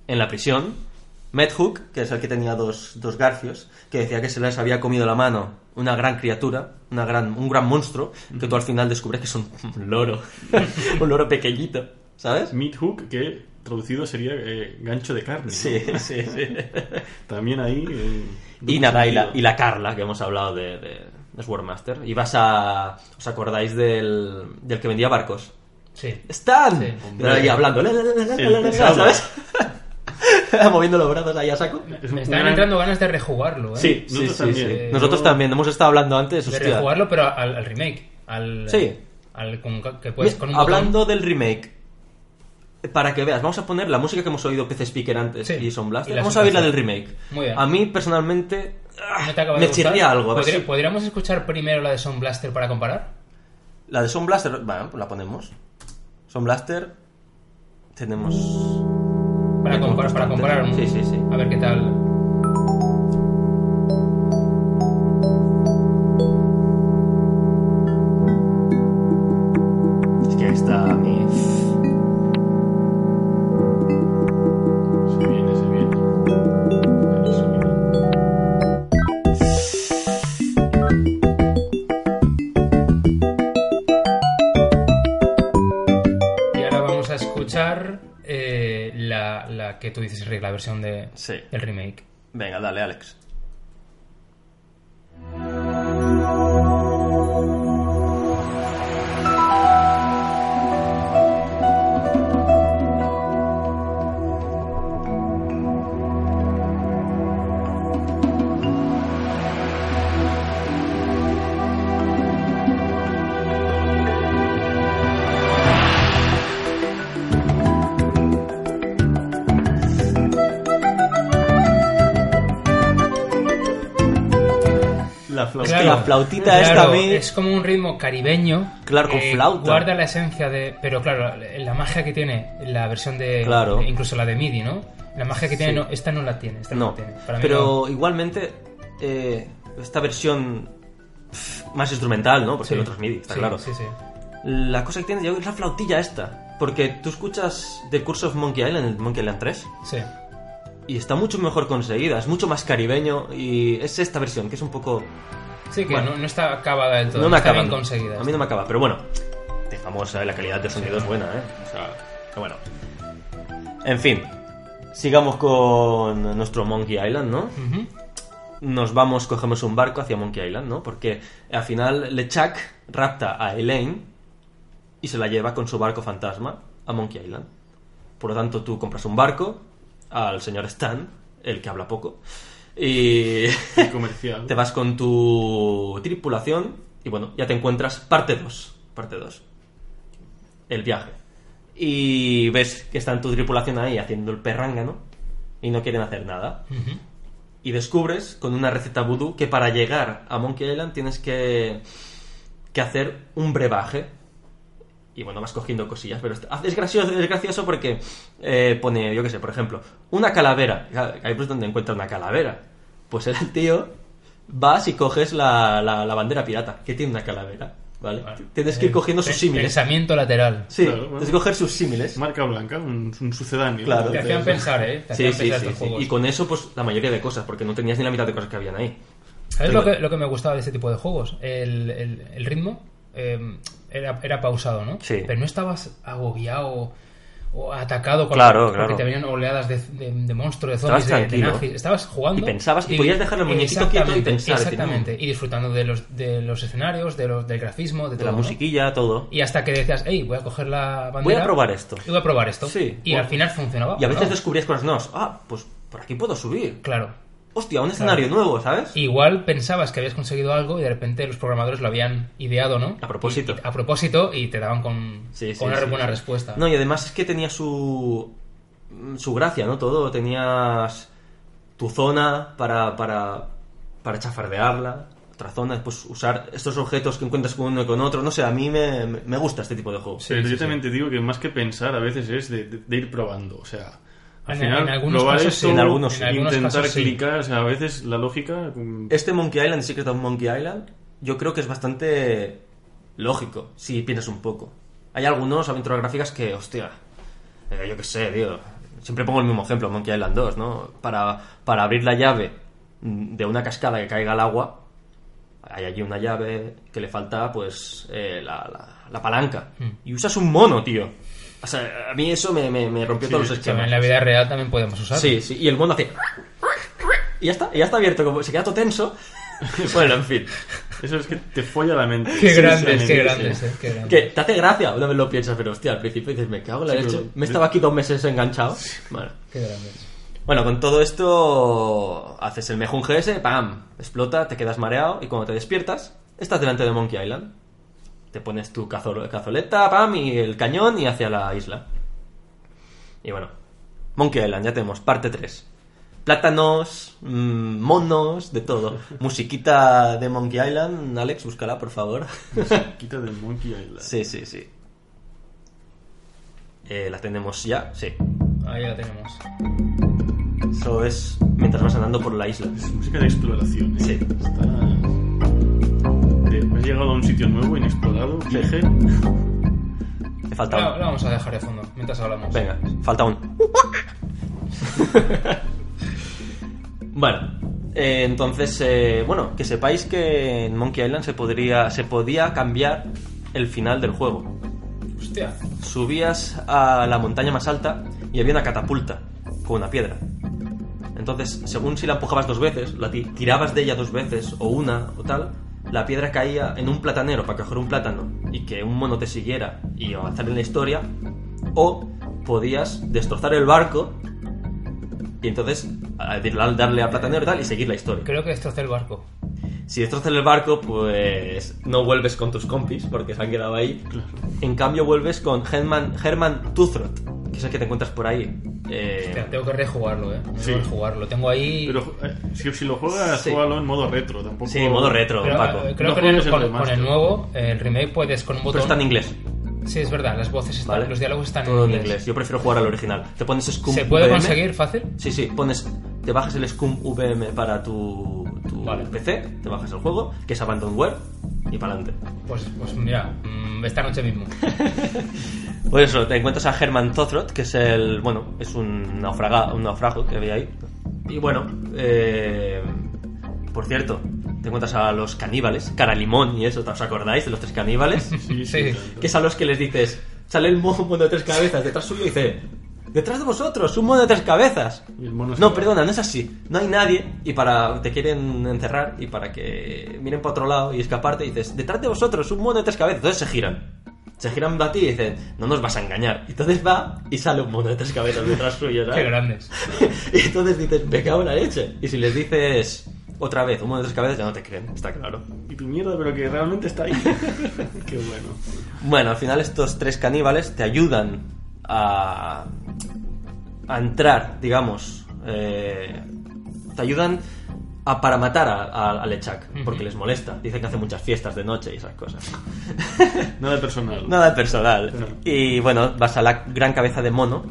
C: en la prisión, Medhook, que es el que tenía dos, dos garfios, que decía que se les había comido la mano una gran criatura, una gran, un gran monstruo, que tú al final descubres que es un un loro, un loro pequeñito, ¿sabes?
D: Meat hook, que traducido sería eh, gancho de carne. ¿no?
C: Sí, sí, sí.
D: También ahí... eh,
C: Y
D: doble
C: nada, y la,
D: sentido.
C: y la Carla, que hemos hablado de, de, de Swordmaster. Y vas a... ¿Os acordáis del, del que vendía barcos?
B: Sí.
C: ¡Stan!
B: Sí.
C: Pero ahí hablando, la, la, la, la, la, la, la,
D: pesado.
C: ¿sabes? Moviendo los brazos ahí a saco.
D: Es un
B: Me están
D: gran-
B: entrando ganas de rejugarlo, ¿eh?
D: Sí,
C: Sí,
D: nosotros
C: sí,
D: también.
C: sí.
B: Eh,
C: Nosotros
B: yo-
C: también, hemos estado hablando antes,
B: De
C: hostia.
B: rejugarlo, pero al, al remake. Al,
C: Sí.
B: Al, con- que puedes pues, con un
C: Mira, hablando del remake, eh, para que veas, vamos a poner la música que hemos oído PC Speaker antes
B: Sí,
C: y Son Blaster.
B: y la
C: vamos a oír la del
B: sensación.
C: remake.
B: Muy bien.
C: A mí, personalmente,
B: botón,
C: ah,
B: ¿no te acaba de
C: me
B: gustar?
C: chirría algo. A ver
B: ¿Podri-
C: si-
B: ¿Podríamos escuchar primero la de Sound Blaster para comparar?
C: La de Son Blaster, bueno, pues la ponemos. Son Blaster, tenemos.
B: Para,
C: Tenemos
B: comparar, para
C: bastante.
B: comparar. ¿no?
C: Sí, sí, sí.
B: A ver qué tal.
C: Es que está mi.
D: Se viene, se viene. El sonido.
B: Y ahora vamos a escuchar eh, la, la que tú dices, Rick, la versión de,
C: Sí.
B: del remake.
C: Venga, dale, Alex. La flautita. la flautita esta a
B: claro,
C: mí.
B: Es como un ritmo caribeño.
C: Claro, con flauta.
B: Guarda la esencia de. Pero claro, la magia que tiene la versión de.
C: Claro.
B: Incluso la de MIDI, ¿no? La magia que tiene, no, esta no la tiene. Esta no,
C: No,
B: la tiene. Para mí
C: pero igualmente, eh, esta versión pff, más instrumental, ¿no? Porque
B: Sí.
C: el otro es MIDI, está
B: Sí,
C: claro.
B: Sí, sí.
C: La cosa que tiene yo es la flautilla esta. Porque tú escuchas The Curse of Monkey Island, el Monkey Island 3.
B: Sí.
C: Y está mucho mejor conseguida, es mucho más caribeño y es esta versión que es un poco...
B: Sí, que
C: Bueno.
B: no, no está acabada del todo.
C: no me
B: está
C: acaba.
B: bien conseguida.
C: A mí no me acaba, pero bueno. Dejamos eh, la calidad de sonido es buena, ¿eh? O sea, pero bueno. En fin, sigamos con nuestro Monkey Island, ¿no?
B: Ujú.
C: Nos vamos, cogemos un barco hacia Monkey Island, ¿no? Porque al final LeChuck rapta a Elaine y se la lleva con su barco fantasma a Monkey Island. Por lo tanto, tú compras un barco al señor Stan, el que habla poco, y...
D: El comercial.
C: Te vas con tu tripulación y bueno, ya te encuentras parte 2. Parte 2. El viaje. Y ves que está en tu tripulación ahí haciendo el perrángano y no quieren hacer nada.
B: Ujú.
C: y descubres con una receta vudú que para llegar a Monkey Island tienes que, que hacer un brebaje. Y bueno, vas cogiendo cosillas, pero es- es gracioso, es gracioso porque eh, pone, yo qué sé, por ejemplo, una calavera. Ahí pues es donde encuentra una calavera. Pues el tío vas y coges la, la- la bandera pirata, que tiene una calavera, ¿vale? Tienes que ir cogiendo
B: Eh,
C: sus símiles.
B: Pensamiento lateral.
C: Sí,
D: Claro, bueno.
C: tienes que coger sus símiles.
D: Marca blanca, un, un sucedáneo.
C: Claro.
B: Te hacían pensar, ¿eh? Te
C: Sí,
B: hacían
C: sí,
B: pensar
C: sí,
B: estos
C: sí.
B: juegos.
C: Y con eso, pues la mayoría de cosas, porque no tenías ni la mitad de cosas que habían ahí.
B: ¿Sabes lo que, lo que me gustaba de este tipo de juegos? El, el- el ritmo eh, era, era pausado, ¿no?
C: Sí.
B: Pero no estabas agobiado o atacado con
C: Claro,
B: porque
C: claro.
B: te venían oleadas de, de, de monstruos, de
C: Estabas
B: zombies, de, de
C: tranquilo.
B: nazis. Estabas jugando.
C: Y pensabas- y podías dejar el muñequito quieto y
B: exactamente,
C: pensar, decir,
B: Exactamente.
C: "Mm".
B: Y disfrutando de los, de los escenarios, de los, del grafismo, de,
C: De
B: todo.
C: la
B: ¿no?
C: musiquilla, todo.
B: Y hasta que decías, hey, voy a coger la bandera.
C: Voy a probar esto.
B: Y voy a probar esto.
C: Sí,
B: Y
C: bueno.
B: al final funcionaba.
C: Y a veces
B: ¿no?
C: descubrías cosas nuevas. Ah, pues por aquí puedo subir.
B: Claro.
C: Hostia, un escenario nuevo, ¿sabes?
B: Igual pensabas que habías conseguido algo y de repente los programadores lo habían ideado, ¿no?
C: A propósito.
B: Y- a propósito y te daban con,
C: Sí, sí,
B: con una
C: sí,
B: buena
C: sí.
B: respuesta.
C: No, y además es que tenía su. su gracia, ¿no? Todo. Tenías tu zona para. para. para chafardearla. Otra zona, después usar estos objetos que encuentras con uno y con otro. No sé, a mí me, me gusta este tipo de juego.
D: Pero
B: sí,
D: yo
B: sí.
D: también te digo que más que pensar a veces es de, de- de ir probando. O sea, al
B: En-
D: final
B: en algunos
D: probar
B: casos
D: esto,
B: sí.
C: En algunos sí.
B: En algunos
D: intentar
B: casos sí.
D: clicar, o sea, a veces la lógica... mm,
C: Este Monkey Island, Secret of Monkey Island, yo creo que es bastante lógico, si piensas un poco. Hay algunos aventuras gráficas que, hostia, eh, yo qué sé, tío. Siempre pongo el mismo ejemplo, Monkey Island 2, ¿no? Para, para abrir la llave mm, de una cascada que caiga al agua, hay allí una llave que le falta, pues, eh, la, la- la palanca. Y usas un mono, tío. O sea, a mí eso me, me- me rompió todos los
B: Que en
C: esquemas.
B: la vida real también podemos usar.
C: Sí, sí, y el mono hace. Y ya está, y ya está abierto, como se queda todo tenso. bueno, en fin.
D: Eso es que te folla la mente.
B: Qué
D: Sí,
B: grandes, qué
D: sí, sí.
B: grandes, eh, qué grandes.
C: Que te hace gracia, una vez lo piensas, pero hostia, al principio dices, me cago en la
D: Sí,
C: leche.
D: pero-
C: Me estaba aquí dos meses enganchado. Bueno.
B: Qué grandes.
C: Bueno, con todo esto haces el mejor GS, ¡pam! Explota, te quedas mareado y cuando te despiertas, estás delante de Monkey Island. Te pones tu cazo- cazoleta, ¡pam! y el cañón y hacia la isla. Y bueno, Monkey Island, ya tenemos parte 3. Plátanos, mm, monos, de todo. Musiquita de Monkey Island, Alex, búscala por favor.
D: Quita del Monkey Island.
C: sí, sí, sí. Eh, la tenemos ya, sí.
B: Ahí la tenemos.
C: Eso es mientras vas andando por la isla.
D: Es música de exploración. ¿eh?
C: Sí.
D: Está... Te- Has llegado a un sitio nuevo, inexplorado,
C: Sí.
D: viaje.
C: Te
B: La,
C: falta un-
B: la vamos a dejar de fondo mientras hablamos.
C: Venga, falta un. bueno, eh, entonces, eh, bueno, que sepáis que en Monkey Island se, podría, se podía cambiar el final del juego.
B: Hostia.
C: Subías a la montaña más alta y había una catapulta con una piedra. Entonces, según si la empujabas dos veces, la ti- tirabas de ella dos veces, o una, o tal, la piedra caía en un platanero para coger un plátano y que un mono te siguiera y avanzar en la historia, o podías destrozar el barco y entonces a- darle darle al platanero y tal y seguir la historia.
B: Creo que destrocé el barco.
C: Si destrozas el barco, pues no vuelves con tus compis porque se han quedado ahí. En cambio, vuelves con Herman, Herman Tuthrot, que es el que te encuentras por ahí. Eh,
B: Hostia, tengo que rejugarlo, eh. Tengo
D: Sí.
B: que rejugarlo. Tengo ahí.
D: Pero eh, si, si lo juegas,
C: Sí.
D: júgalo en modo retro. Tampoco...
C: sí, modo retro,
B: Pero,
C: Paco.
B: eh, creo
D: No
B: que en el-
D: juegues el
B: con, con
D: remaster.
B: el nuevo, eh, el remake, puedes con un
C: Pero está en
B: botón.
C: inglés.
B: Sí, es verdad, las voces están,
C: ¿vale?
B: los diálogos están
C: Todo en inglés. Yo prefiero jugar al original. Te pones Scum
B: ¿Se puede
C: VM.
B: conseguir fácil?
C: Sí, sí, pones. Te bajas el Scum VM para tu, tu
B: Vale.
C: PC, te bajas el juego, que es Abandonware, y para adelante.
B: Pues, pues mira, mm, esta noche mismo.
C: Por eso, te encuentras a Herman Tothrot, que es el. Bueno, es un, naufraga, un naufrago que había ahí. Y bueno, eh, por cierto, te encuentras a los caníbales, Cara Limón y eso, ¿os acordáis de los tres caníbales?
D: Sí, sí.
B: Sí.
D: claro.
C: que es a los que les dices, sale el mono de tres cabezas detrás suyo y dice, detrás de vosotros, un mono de tres cabezas.
D: Y el mono se
C: no,
D: va.
C: perdona, no es así, no hay nadie y para te quieren encerrar y para que miren para otro lado y escaparte dices, detrás de vosotros, un mono de tres cabezas. Entonces se giran. Se giran a ti y dicen, no nos vas a engañar. Entonces va y sale un mono de tres cabezas detrás suyo,
B: Qué
C: ¿sabes?
B: grandes.
C: y entonces dices, me cago en la leche. Y si les dices otra vez, un mono de tres cabezas, ya no te creen, está claro.
D: Y tu mierda, pero que realmente está ahí. Qué bueno.
C: Bueno, al final estos tres caníbales te ayudan a, a entrar, digamos, eh, te ayudan a, para matar a, a- a Lechak, porque les molesta. Dice que hace muchas fiestas de noche y esas cosas.
D: Nada personal.
C: Nada personal.
D: Claro.
C: Y bueno, vas a la gran cabeza de mono,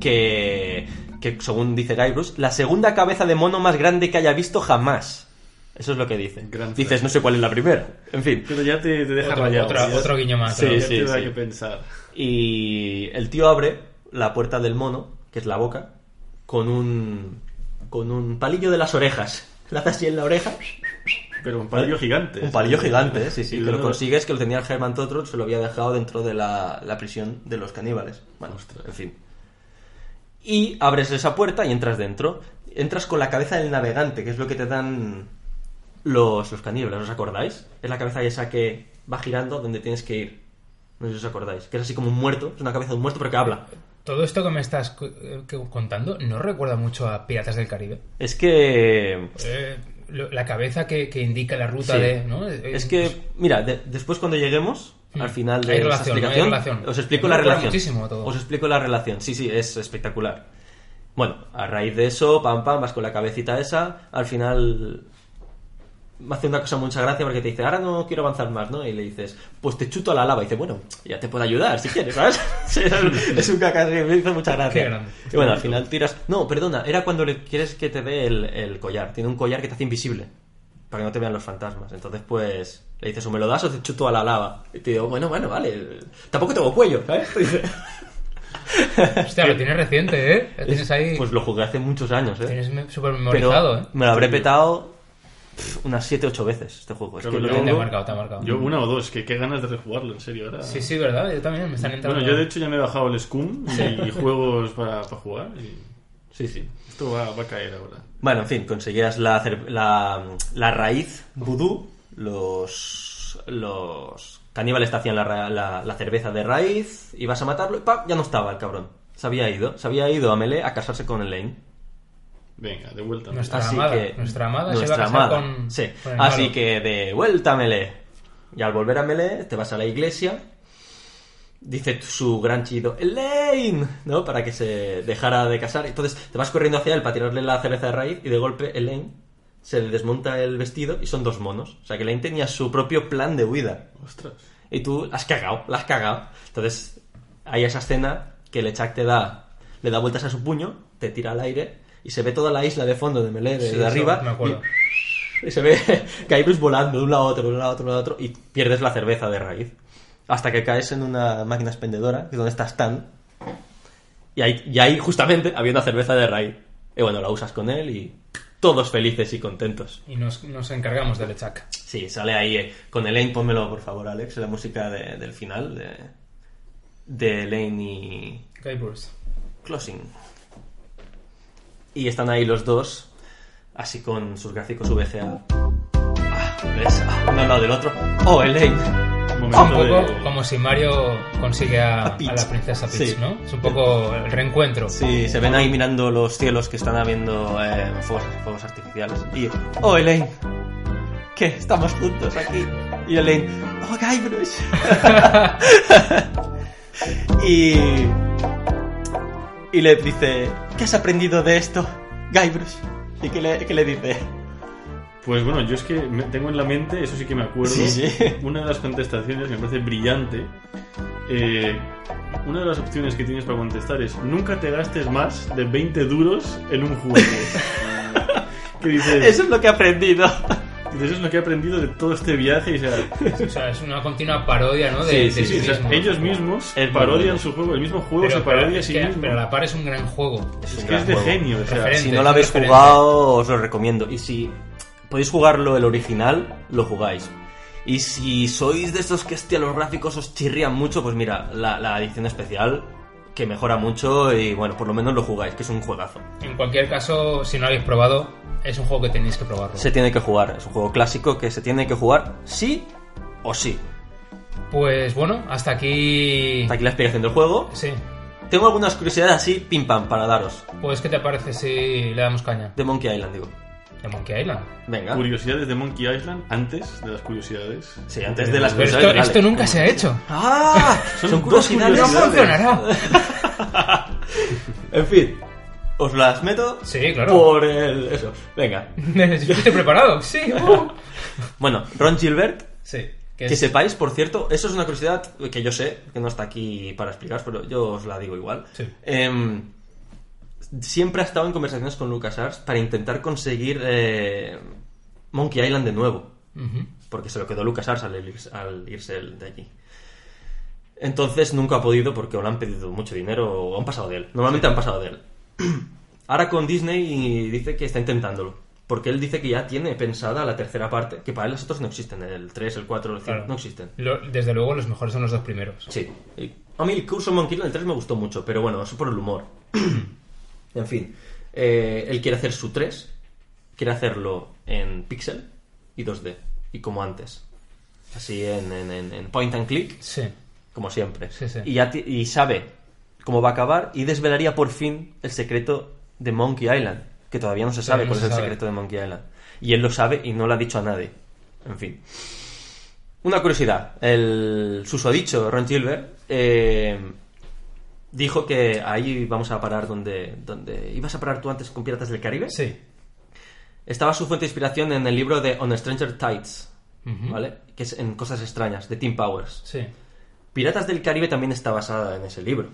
C: que, que según dice Guybrush, la segunda cabeza de mono más grande que haya visto jamás. Eso es lo que dice.
D: Gran frase.
C: Dices, no sé cuál es la primera. En fin.
D: Pero ya te, te deja
B: Otro-
D: rayado.
B: otra-
D: ya-
B: otro guiño más,
D: Sí,
C: ¿no?
D: ya
C: Sí,
D: te da
C: sí.
D: que pensar.
C: Y el tío abre la puerta del mono, que es la boca, con un, con un palillo de las orejas. La hace así en la oreja.
D: Pero un palillo gigante.
C: Un palillo gigante, ¿eh? sí,
D: Y
C: sí. Que lo
D: luego-
C: consigues, que lo tenía el Herman Totrol, se lo había dejado dentro de la, la prisión de los caníbales. Bueno, en fin. Y abres esa puerta y entras dentro. Entras con la cabeza del navegante, que es lo que te dan los, los caníbales, ¿os acordáis? Es la cabeza esa que va girando donde tienes que ir. No sé si os acordáis. Que es así como un muerto, es una cabeza de un muerto, pero que habla.
B: Todo esto que me estás cu- eh, que- contando no recuerda mucho a Piratas del Caribe.
C: Es que
B: Eh, lo- la cabeza que, que indica la ruta
C: Sí.
B: de. ¿no? Eh,
C: Es que, mira, de- después cuando lleguemos
B: Mm.
C: al final de
B: Hay
C: esta
B: relación, hay
C: explicación,
B: relación.
C: os explico
B: Me
C: la
B: mola
C: relación.
B: muchísimo todo.
C: Os explico la relación. Sí, sí, es espectacular. Bueno, a raíz de eso, pam pam, vas con la cabecita esa, al final me hace una cosa mucha gracia porque te dice, ahora no quiero avanzar más, ¿no? Y le dices, pues te chuto a la lava. Y dice, bueno, ya te puedo ayudar si quieres, ¿sabes? Sí, es un- es un caca que me hizo mucha gracia.
B: Qué grande.
C: Y bueno, al final tiras. No, perdona, era cuando le quieres que te dé el, el collar. Tiene un collar que te hace invisible para que no te vean los fantasmas. Entonces, pues le dices, o me lo das o te chuto a la lava. Y te digo, bueno, bueno, vale, tampoco tengo cuello, ¿sabes? Y dice,
B: Hostia, lo tienes reciente, ¿eh? Lo tienes ahí.
C: Pues lo jugué hace muchos años, ¿eh?
B: tienes me- súper
C: Pero
B: memorizado, ¿eh?
C: me lo habré petado pf, unas 7-8 veces este juego. Es
D: Claro,
C: que
D: yo-
C: lo
B: Te ha
C: tengo.
B: marcado, te ha marcado.
D: Yo una o dos, que qué ganas de rejugarlo, en serio. Ahora...
B: Sí, sí, ¿verdad? Yo también me están entrando.
D: Bueno, yo de hecho ya me he bajado el Scum y, y juegos para, para jugar. y
C: Sí, sí.
D: esto va, va a caer ahora.
C: Bueno, en fin, conseguías la, cer- la, la raíz vudú, los, los caníbales te hacían la, ra- la- la cerveza de raíz, ibas a matarlo y ¡pam! ya no estaba el cabrón. Se había ido, se había ido a Melee a casarse con Elaine.
D: Venga, de vuelta.
B: Nuestra
C: Así
B: amada,
C: que
B: nuestra amada se
C: nuestra
B: va a casar
C: amada,
B: con-
C: sí.
B: con el
C: Así
B: malo.
C: que de vuelta a Melee. Y al volver a Melee te vas a la iglesia. Dice su gran chido, Elaine, ¿no? Para que se dejara de casar. Entonces te vas corriendo hacia él para tirarle la cereza de raíz y de golpe Elaine se le desmonta el vestido y son dos monos. O sea que Elaine tenía su propio plan de huida.
D: Ostras.
C: Y tú la has cagado, la has cagado. Entonces, hay esa escena que Lechak te da, le da vueltas a su puño, te tira al aire y se ve toda la isla de fondo de Melee desde
B: Sí, eso
C: arriba.
B: Me acuerdo.
C: Y, y se ve Guybrush volando de un lado a otro, de un lado a otro, de un lado a otro y pierdes la cerveza de raíz. Hasta que caes en una máquina expendedora, que es donde está Stan. Y ahí, y ahí justamente había una cerveza de raíz. Y bueno, la usas con él y todos felices y contentos.
B: Y nos, nos encargamos del Echak.
C: Sí, sale ahí eh, con Elaine, pónmelo por favor, Alex, la música de- del final de, de Elaine y
B: Guybrush.
C: Closing. Y están ahí los dos, así con sus gráficos VGA. Ah, ¿Ves? Ah, uno al lado del otro. ¡Oh, Elaine!
D: Un
B: Un
D: momento
B: poco
D: de...
B: como si Mario consigue a,
C: A Peach.
B: a la princesa Peach,
C: Sí.
B: ¿no? Es un poco el reencuentro.
C: Sí, se ven ahí mirando los cielos que están habiendo eh, fuegos, fuegos artificiales. Y ¡Oh, Elaine! ¿Qué? Estamos juntos aquí. Y Elaine, ¡Oh, Guybrush! y... Y le dice, ¿qué has aprendido de esto, Guybrush? ¿Y qué le, qué le dice?
D: Pues bueno, yo es que me- tengo en la mente, eso sí que me acuerdo,
C: Sí, sí.
D: una de las contestaciones que me parece brillante. Eh, una de las opciones que tienes para contestar es nunca te gastes más de 20 duros en un juego. ¿Qué dices?
C: Eso es lo que he aprendido.
D: Dices, Eso es lo que he aprendido de todo este viaje. Y, o sea,
B: O sea, es una continua parodia, ¿no? De,
C: Sí,
B: de
C: sí,
D: sí, o sea,
B: mismo.
D: ellos mismos
C: Es muy bueno.
D: parodian su juego, el mismo juego
B: Pero,
D: se parodia
B: pero
D: a
B: es
D: sí
B: que-
D: mismo.
B: pero a la par es un gran juego.
D: Es que es de genio, o sea,
B: Referente.
C: Si no lo habéis jugado, os lo recomiendo. Y si podéis jugarlo el original, lo jugáis. Y si sois de esos que hostia, los gráficos os chirrían mucho, pues mira, la, la edición especial que mejora mucho y bueno, por lo menos lo jugáis, que es un juegazo.
B: En cualquier caso, si no lo habéis probado, es un juego que tenéis que probarlo.
C: Se tiene que jugar, es un juego clásico que se tiene que jugar sí o sí.
B: Pues bueno, hasta aquí...
C: Hasta aquí la explicación del juego.
B: Sí.
C: Tengo algunas curiosidades así, pim pam, para daros.
B: Pues, ¿qué te parece si le damos caña?
C: De Monkey Island, digo.
B: De Monkey Island.
C: Venga.
D: Curiosidades de Monkey Island antes de las curiosidades.
C: Sí, antes de las
B: Pero
C: curiosidades.
B: esto,
C: Pues dale.
B: esto nunca se ha hecho.
C: ¡Ah! Son,
D: Son dos
C: curiosidades.
B: No
D: curiosidades.
B: funcionará.
C: En fin, os las meto
B: Sí, claro.
C: por el... Eso, venga.
B: Yo estoy preparado, sí. uh.
C: Bueno, Ron Gilbert,
B: Sí.
C: que
B: es-
C: sepáis, por cierto, eso es una curiosidad que yo sé, que no está aquí para explicaros, pero yo os la digo igual.
B: Sí.
C: Em, siempre ha estado en conversaciones con LucasArts para intentar conseguir eh, Monkey Island de nuevo.
B: Ujú.
C: porque se lo quedó LucasArts al, ir- al irse él de allí. Entonces nunca ha podido porque o le han pedido mucho dinero o han pasado de él. Normalmente han pasado de él. Ahora con Disney dice que está intentándolo. Porque él dice que ya tiene pensada la tercera parte, que para él los otros no existen, el 3, el 4, el 5,
B: Claro.
C: no existen.
B: Lo- desde luego, los mejores son los dos primeros.
C: Sí. Y A mí el curso Monkey Island, el 3 me gustó mucho, pero bueno, eso por el humor. en fin, eh, él quiere hacer su 3, quiere hacerlo en pixel y 2D, y como antes. Así en, en- en- en point and click,
B: Sí.
C: como siempre.
B: Sí, sí.
C: Y, ya ti- y sabe cómo va a acabar y desvelaría por fin el secreto de Monkey Island, que todavía no se
B: Todavía
C: sabe
B: no
C: cuál
B: se
C: es el
B: sabe.
C: secreto de Monkey Island. Y él lo sabe y no lo ha dicho a nadie. En fin. Una curiosidad. El susodicho Ron Gilbert eh, dijo que ahí vamos a parar donde, donde ibas a parar tú antes con Piratas del Caribe.
B: Sí.
C: Estaba su fuente de inspiración en el libro de On Stranger Tides,
B: Ujú.
C: ¿vale? Que es en Cosas Extrañas, de Tim Powers.
B: Sí.
C: Piratas del Caribe también está basada en ese libro.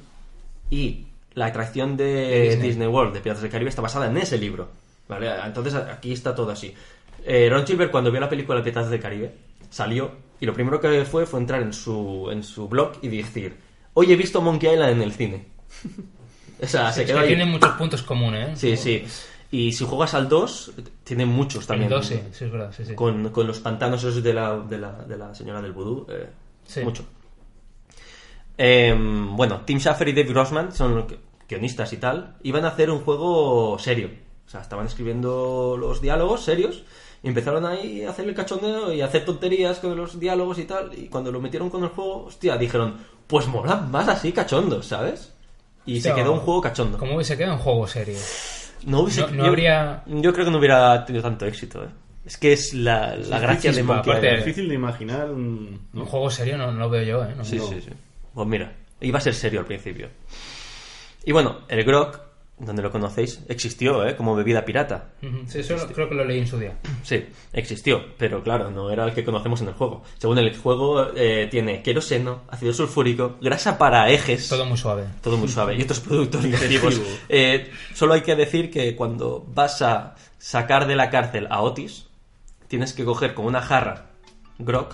C: Y la atracción de Disney.
B: Disney.
C: World de Piratas del Caribe está basada en ese libro. ¿Vale? Entonces a- aquí está todo así. Eh, Ron Gilbert cuando vio la película de Piratas del Caribe salió y lo primero que fue fue entrar en su, en su blog y decir, hoy he visto Monkey Island en el cine. o sea, se
B: Es
C: quedó
B: que
C: ahí.
B: tienen muchos puntos comunes, ¿eh?
C: Sí, sí. Y si juegas al 2, tiene muchos
B: El
C: también.
B: 2, sí, sí, es verdad. Sí, sí.
C: Con, con los pantanos esos de la, de la, de la señora del vudú. eh,
B: Sí.
C: Mucho. Eh, bueno, Tim Schafer y Dave Grossman son los que- guionistas y tal. Iban a hacer un juego serio. O sea, estaban escribiendo los diálogos serios. Y empezaron ahí a hacer el cachondeo y a hacer tonterías con los diálogos y tal. Y cuando lo metieron con el juego, hostia, dijeron, pues mola más así cachondos, ¿sabes? Y
B: Hostia,
C: se quedó un juego cachondo.
B: ¿Cómo que se queda un juego serio?
C: No, hubiese-
B: No- no
C: yo,
B: habría-
C: yo creo que no hubiera tenido tanto éxito, ¿eh? Es que es la, la gracia de
B: chispa,
C: Monkey
B: aparte-
C: Island.
D: Es difícil de imaginar un... ¿no?
B: Un juego serio no, no lo veo yo, ¿eh? No.
C: Sí, sí, sí. Pues mira, iba a ser serio al principio. Y bueno, el grog, donde lo conocéis, existió, ¿eh? Como bebida pirata.
B: Ujú, sí, eso lo- creo que lo leí en su día.
C: Sí, existió, pero claro, no era el que conocemos en el juego. Según el juego, eh, tiene queroseno, ácido sulfúrico, grasa para ejes.
B: Todo muy suave.
C: Todo muy suave. Y otros productos negativos. Eh, solo hay que decir que cuando vas a sacar de la cárcel a Otis, tienes que coger con una jarra grog,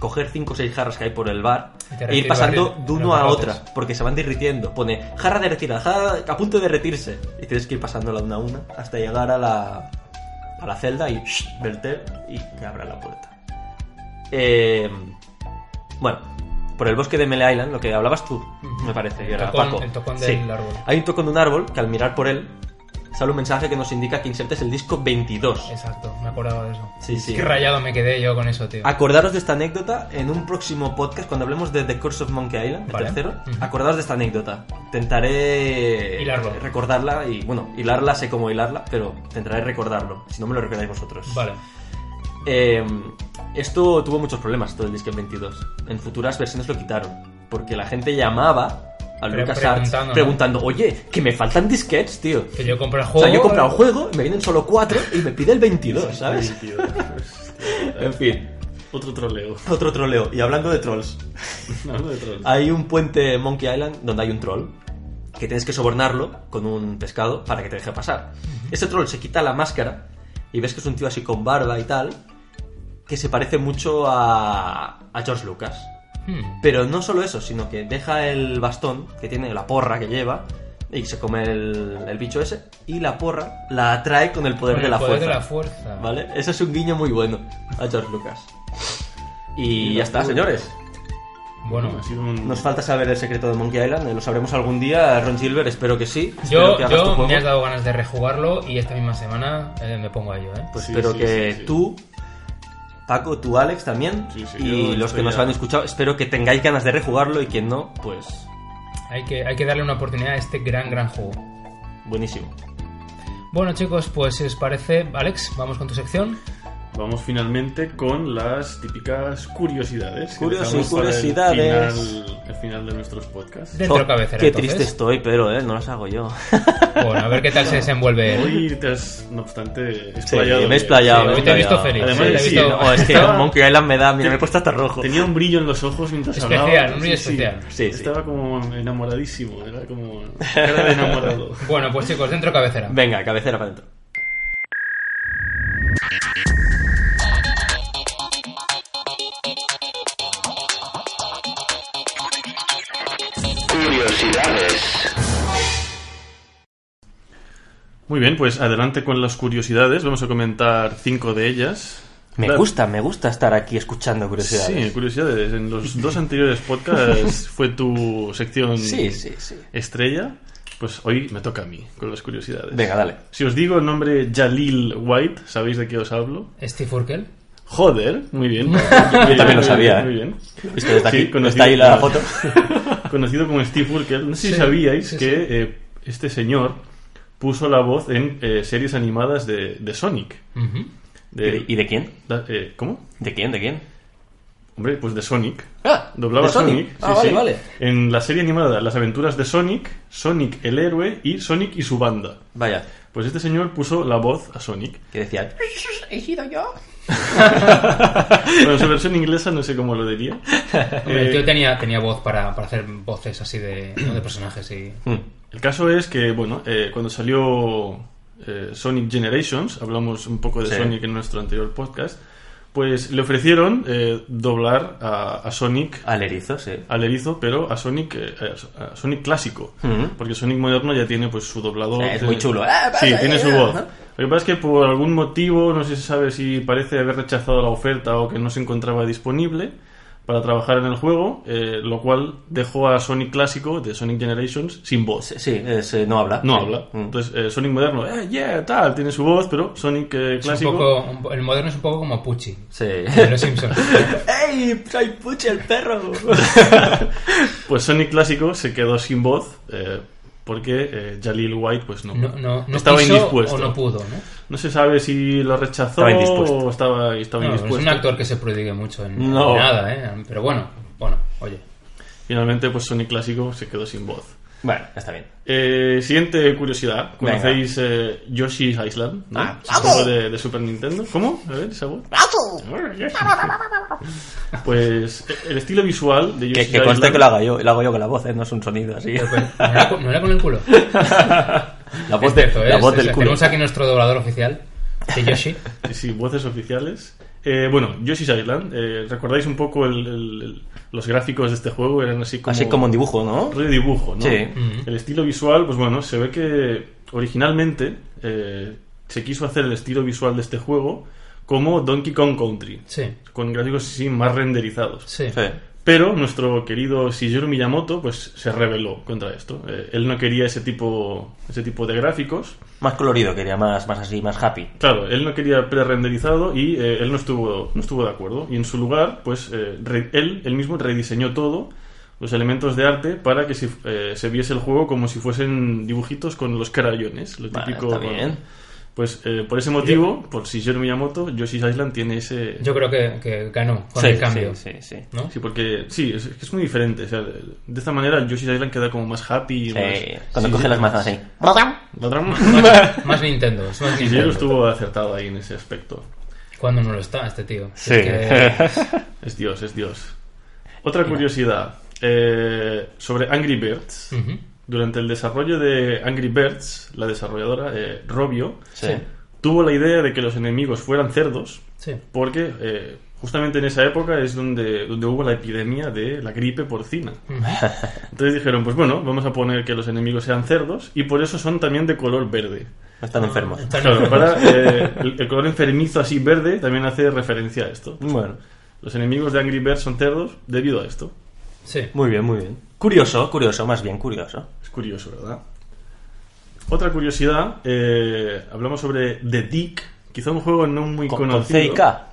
C: coger cinco o seis jarras que hay por el bar
B: Y te
C: e ir
B: retirarle
C: pasando de
B: los
C: uno a
B: barrotes.
C: otra, porque se van derritiendo. Pone jarra derretida, jarra a punto de derretirse. Y tienes que ir pasándola de una a una hasta llegar a la, a la celda y shh, verter y que abra la puerta. Eh, bueno, por el bosque de Mele Island, lo que hablabas tú, me parece que
B: El
C: era
B: tocón-
C: Paco.
B: el tocón
C: Sí.
B: del árbol.
C: Hay un tocón de un árbol que al mirar por él sale un mensaje que nos indica que insertes el disco 22.
B: Exacto, me acordaba de eso.
C: Sí, Ah. sí.
B: Qué rayado me quedé yo con eso, tío.
C: Acordaros de esta anécdota en un próximo podcast cuando hablemos de The Curse of Monkey Island, el
B: Vale.
C: tercero.
B: Ujú.
C: Acordaros de esta anécdota. Intentaré
B: Hilarlo.
C: recordarla y, bueno, hilarla sé cómo hilarla, pero intentaré recordarlo, si no me lo recordáis vosotros.
B: Vale.
C: Eh, esto tuvo muchos problemas, todo el disque 22. En futuras versiones lo quitaron. Porque la gente llamaba a
B: Pre-
C: LucasArts
B: preguntando, ¿no?
C: preguntando, oye, que me faltan disquets, tío.
B: Que yo compré el
C: O
B: juego.
C: sea, yo he comprado un juego y me vienen solo cuatro y me pide el 22, ¿sabes?
D: Tío,
C: En fin,
D: pues, Otro troleo.
C: otro troleo. Y hablando de trolls,
D: Hablando de troleo.
C: hay un puente en Monkey Island donde hay un troll que tienes que sobornarlo con un pescado para que te deje pasar. Este troll se quita la máscara y ves que es un tío así con barba y tal, que se parece mucho a, a George Lucas.
B: Hmm.
C: Pero no solo eso, sino que deja el bastón que tiene, la porra que lleva, y se come el, el bicho ese, y la porra la atrae con el poder,
B: Con
C: de,
B: el
C: la
B: poder
C: fuerza,
B: de la fuerza.
C: ¿Vale? Eso es un guiño muy bueno a George Lucas. Y ya está, señores.
B: Bueno,
D: Ha sido un...
C: Nos falta saber el secreto de Monkey Island, eh, lo sabremos algún día. Ron Silver, espero que sí. espero
B: yo,
C: que hagas tu
B: yo
C: juego.
B: me has dado ganas de rejugarlo y esta misma semana eh, me pongo a ello, ¿eh?
C: Pues
D: Sí,
C: espero
D: sí,
C: que
D: sí, sí.
C: tú, Paco, tú, Alex también,
D: Sí, sí,
C: y
D: yo
C: los que
D: estoy
C: nos
D: ya-
C: han escuchado, espero que tengáis ganas de rejugarlo y quien no, pues
B: Hay que, hay que darle una oportunidad a este gran, gran juego.
C: buenísimo.
B: Bueno, chicos, pues si os parece, Alex, vamos con tu sección.
D: vamos finalmente con las típicas curiosidades. que
C: Curios y
D: dejamos para el
C: curiosidades.
D: final- El final, de nuestros podcasts.
B: Dentro
C: Oh,
B: cabecera,
C: qué
B: entonces.
C: triste estoy, Pedro, ¿eh? No las hago yo.
B: Bueno, a ver qué tal se desenvuelve. él.
D: Hoy te has, no obstante,
C: Sí,
D: explayado.
C: me he
B: Sí,
C: explayado. me he
B: hoy te he visto
C: explayado.
B: feliz.
D: Además,
B: sí, te he
D: sí,
B: visto-
D: no,
C: Oh, es que
D: Estaba-
C: Monkey Island me da, mira, me he puesto hasta rojo.
D: Tenía un brillo en los ojos mientras
B: Especial,
D: hablaba.
B: un brillo
D: Sí, sí.
B: especial.
C: Sí, sí.
D: Estaba como enamoradísimo, era como cara de enamorado.
B: Bueno, pues chicos, dentro cabecera.
C: Venga, cabecera para adentro.
D: Muy bien, pues adelante con las curiosidades. Vamos a comentar cinco de ellas.
C: Me
D: Claro.
C: gusta, me gusta estar aquí escuchando curiosidades.
D: Sí, curiosidades. En los dos anteriores podcasts fue tu sección
C: Sí, sí, sí.
D: estrella. Pues hoy me toca a mí con las curiosidades.
C: Venga, dale.
D: Si os digo el nombre Jalil White, ¿sabéis de qué os hablo?
B: Steve Urkel.
D: Joder, muy bien. Yo
C: también lo sabía,
D: Muy
C: ¿eh?
D: bien.
C: Visto desde aquí, está
D: conocido
C: ahí la
D: como-
C: foto.
D: conocido como Steve Urkel. No sé si
B: Sí,
D: sabíais
B: sí,
D: que eh, este señor puso la voz en eh, series animadas de, de Sonic.
B: Ujú.
D: De-
C: ¿Y de quién?
D: da- eh, ¿Cómo?
C: ¿De quién? ¿De quién?
D: Hombre, pues de Sonic.
C: Ah,
D: Doblaba
C: de Sonic.
D: sí,
C: Ah, vale,
D: sí.
C: vale.
D: En la serie animada Las aventuras de Sonic, Sonic el héroe y Sonic y su banda.
C: Vaya,
D: Pues este señor puso la voz a Sonic.
C: que decía, ¿he sido yo?
D: Bueno, en su versión inglesa no sé cómo lo diría.
B: Hombre, el
D: Eh,
B: tío tenía, tenía voz para, para hacer voces así de, ¿no? de personajes y...
C: "Hmm,
D: El caso es que, bueno, eh, cuando salió eh, Sonic Generations, hablamos un poco de
C: Sí.
D: Sonic en nuestro anterior podcast, pues le ofrecieron eh, doblar a, a Sonic
C: Al erizo, sí.
D: al erizo, pero a Sonic, eh, a Sonic clásico,
C: Ujú.
D: porque Sonic moderno ya tiene pues su doblador.
C: Eh, es muy chulo. Ah,
D: Sí,
C: pasa,
D: tiene
C: eh,
D: su
C: eh,
D: voz.
C: ajá.
D: Lo que pasa es que por algún motivo, no se sabe si parece haber rechazado la oferta o que no se encontraba disponible para trabajar en el juego, eh, lo cual dejó a Sonic clásico de Sonic Generations sin voz.
C: Sí, sí, es, eh, no habla.
D: No
C: Sí.
D: habla.
C: Mm.
D: Entonces, eh, Sonic moderno, eh, yeah, tal, tiene su voz, pero Sonic
B: Es
D: eh,
B: un
D: clásico.
B: poco- un po- el moderno es un poco como Pucci.
C: Sí.
B: de Los Simpsons.
C: ¡Ey! ¡Soy Puche el perro!
D: Pues Sonic clásico se quedó sin voz eh, porque eh, Jalil White pues no,
B: No, no, no
D: estaba
B: quiso
D: indispuesto.
B: o no pudo, ¿no?
D: No se sabe si lo rechazó
C: Estaba indispuesto.
D: o estaba, estaba
B: No, es
D: indispuesto.
B: un actor que se prodigue mucho en
C: No.
B: en nada, ¿eh? Pero bueno, bueno, oye.
D: Finalmente, pues Sonic clásico se quedó sin voz.
C: bueno, está bien.
D: Eh, siguiente curiosidad.
C: Venga.
D: ¿Conocéis eh, Yoshi's Island? ¿no?
C: Ah,
D: Es un juego de, de Super Nintendo. ¿Cómo? A ver, esa voz. Pues eh, el estilo visual de Yoshi's
C: Que, que
D: Island.
C: conste que lo haga yo, lo hago yo con la voz, ¿eh? No es un sonido así.
B: pues, ¿No era, con- no era con el culo?
C: la voz, de,
B: Experto, ¿eh?
C: la
B: Es-
C: voz
B: es-
C: del culo.
B: Tenemos aquí nuestro doblador oficial, de Yoshi.
D: Sí, sí, voces oficiales. Eh, bueno, Yoshi's Island. eh, ¿Recordáis un poco el- el- el- los gráficos de este juego? Eran así como.
C: Así como un dibujo, ¿no?
D: rollo dibujo, ¿no?
C: Sí.
B: Ujú.
D: El estilo visual, pues bueno, se ve que originalmente eh, se quiso hacer el estilo visual de este juego como Donkey Kong Country,
B: Sí,
D: con gráficos así más renderizados.
B: sí.
C: Sí.
D: Pero nuestro querido Shigeru Miyamoto pues se rebeló contra esto. Eh, él no quería ese tipo, ese tipo de gráficos.
C: Más colorido, quería más, más así, más happy.
D: Claro, él no quería pre-renderizado y eh, él no estuvo, no estuvo de acuerdo. Y en su lugar, pues eh, re- él, él mismo rediseñó todo, los elementos de arte, para que se, eh, se viese el juego como si fuesen dibujitos con los crayones, lo
C: Bueno,
D: típico.
C: está
D: bueno.
C: bien.
D: Pues eh, por ese motivo, por Shigeru Miyamoto, Yoshi's Island tiene ese...
B: Yo creo que, que ganó con el cambio.
C: sí, sí, sí.
B: ¿no?
D: Sí, porque sí, es, es muy diferente. o sea, de esta manera Yoshi's Island queda como más happy.
C: Sí,
D: más-
C: Cuando
D: sí,
C: coge
D: sí,
C: las manzanas así.
D: la trama-
B: Más Nintendo, es más
D: Shigeru
B: Nintendo.
D: estuvo acertado ahí en ese aspecto.
B: Cuando no lo está este tío.
C: Sí.
B: Es que-
D: Es Dios, es Dios. Otra curiosidad eh, sobre Angry Birds.
B: Ujú.
D: Durante el desarrollo de Angry Birds, la desarrolladora eh, Robio
C: Sí.
D: tuvo la idea de que los enemigos fueran cerdos
B: Sí.
D: porque eh, justamente en esa época es donde, donde hubo la epidemia de la gripe porcina.
C: Ah,
D: Entonces dijeron, pues bueno, vamos a poner que los enemigos sean cerdos y por eso son también de color verde.
C: No están enfermos.
B: Está en-
D: Claro, para, eh, el el color enfermizo así verde también hace referencia a esto.
C: Bueno,
D: Los enemigos de Angry Birds son cerdos debido a esto.
B: Sí.
C: muy bien, muy bien. Curioso, curioso, más bien curioso.
D: Es curioso, ¿verdad? Otra curiosidad, eh, hablamos sobre The Dick, quizá un juego no muy
C: Con, con C
D: conocido.
C: y K.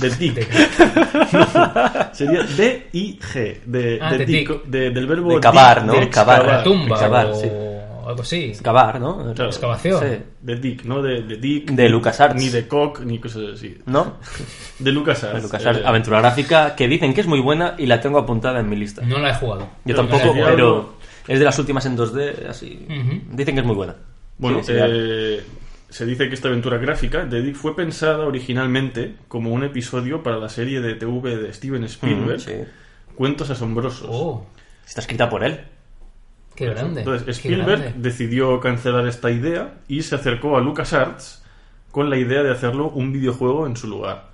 D: The Dick. Sería D-I-G, de,
B: Ah,
D: de
B: The
D: Dick,
B: Dick.
D: de- del verbo
C: De cavar, ¿no?
D: de
C: Cavar.
B: La tumba
C: Chaval,
B: o
C: sí.
B: o algo así.
C: Excavar, ¿no?
D: Claro.
B: Excavación.
C: Sí.
D: De Dick, ¿no? De, de Dick.
C: De LucasArts.
D: Ni de Cock, ni cosas así.
C: ¿No?
D: De Lucas eh,
C: De LucasArts, aventura gráfica, que dicen que es muy buena y la tengo apuntada en mi lista.
B: No la he jugado.
C: Yo
B: Pero
C: tampoco, ¿eh?
B: me la he jugado.
C: pero es de las últimas en 2D, así.
B: Ujú.
C: Dicen que es muy buena.
D: Bueno,
C: Sí, sí,
D: eh, se dice que esta aventura gráfica de Dick fue pensada originalmente como un episodio para la serie de TV de Steven Spielberg,
C: Mm, sí.
D: Cuentos Asombrosos.
B: Oh,
C: Está escrita por él.
B: qué grande. qué
D: Entonces, Spielberg
B: grande.
D: decidió cancelar esta idea y se acercó a LucasArts con la idea de hacerlo un videojuego en su lugar.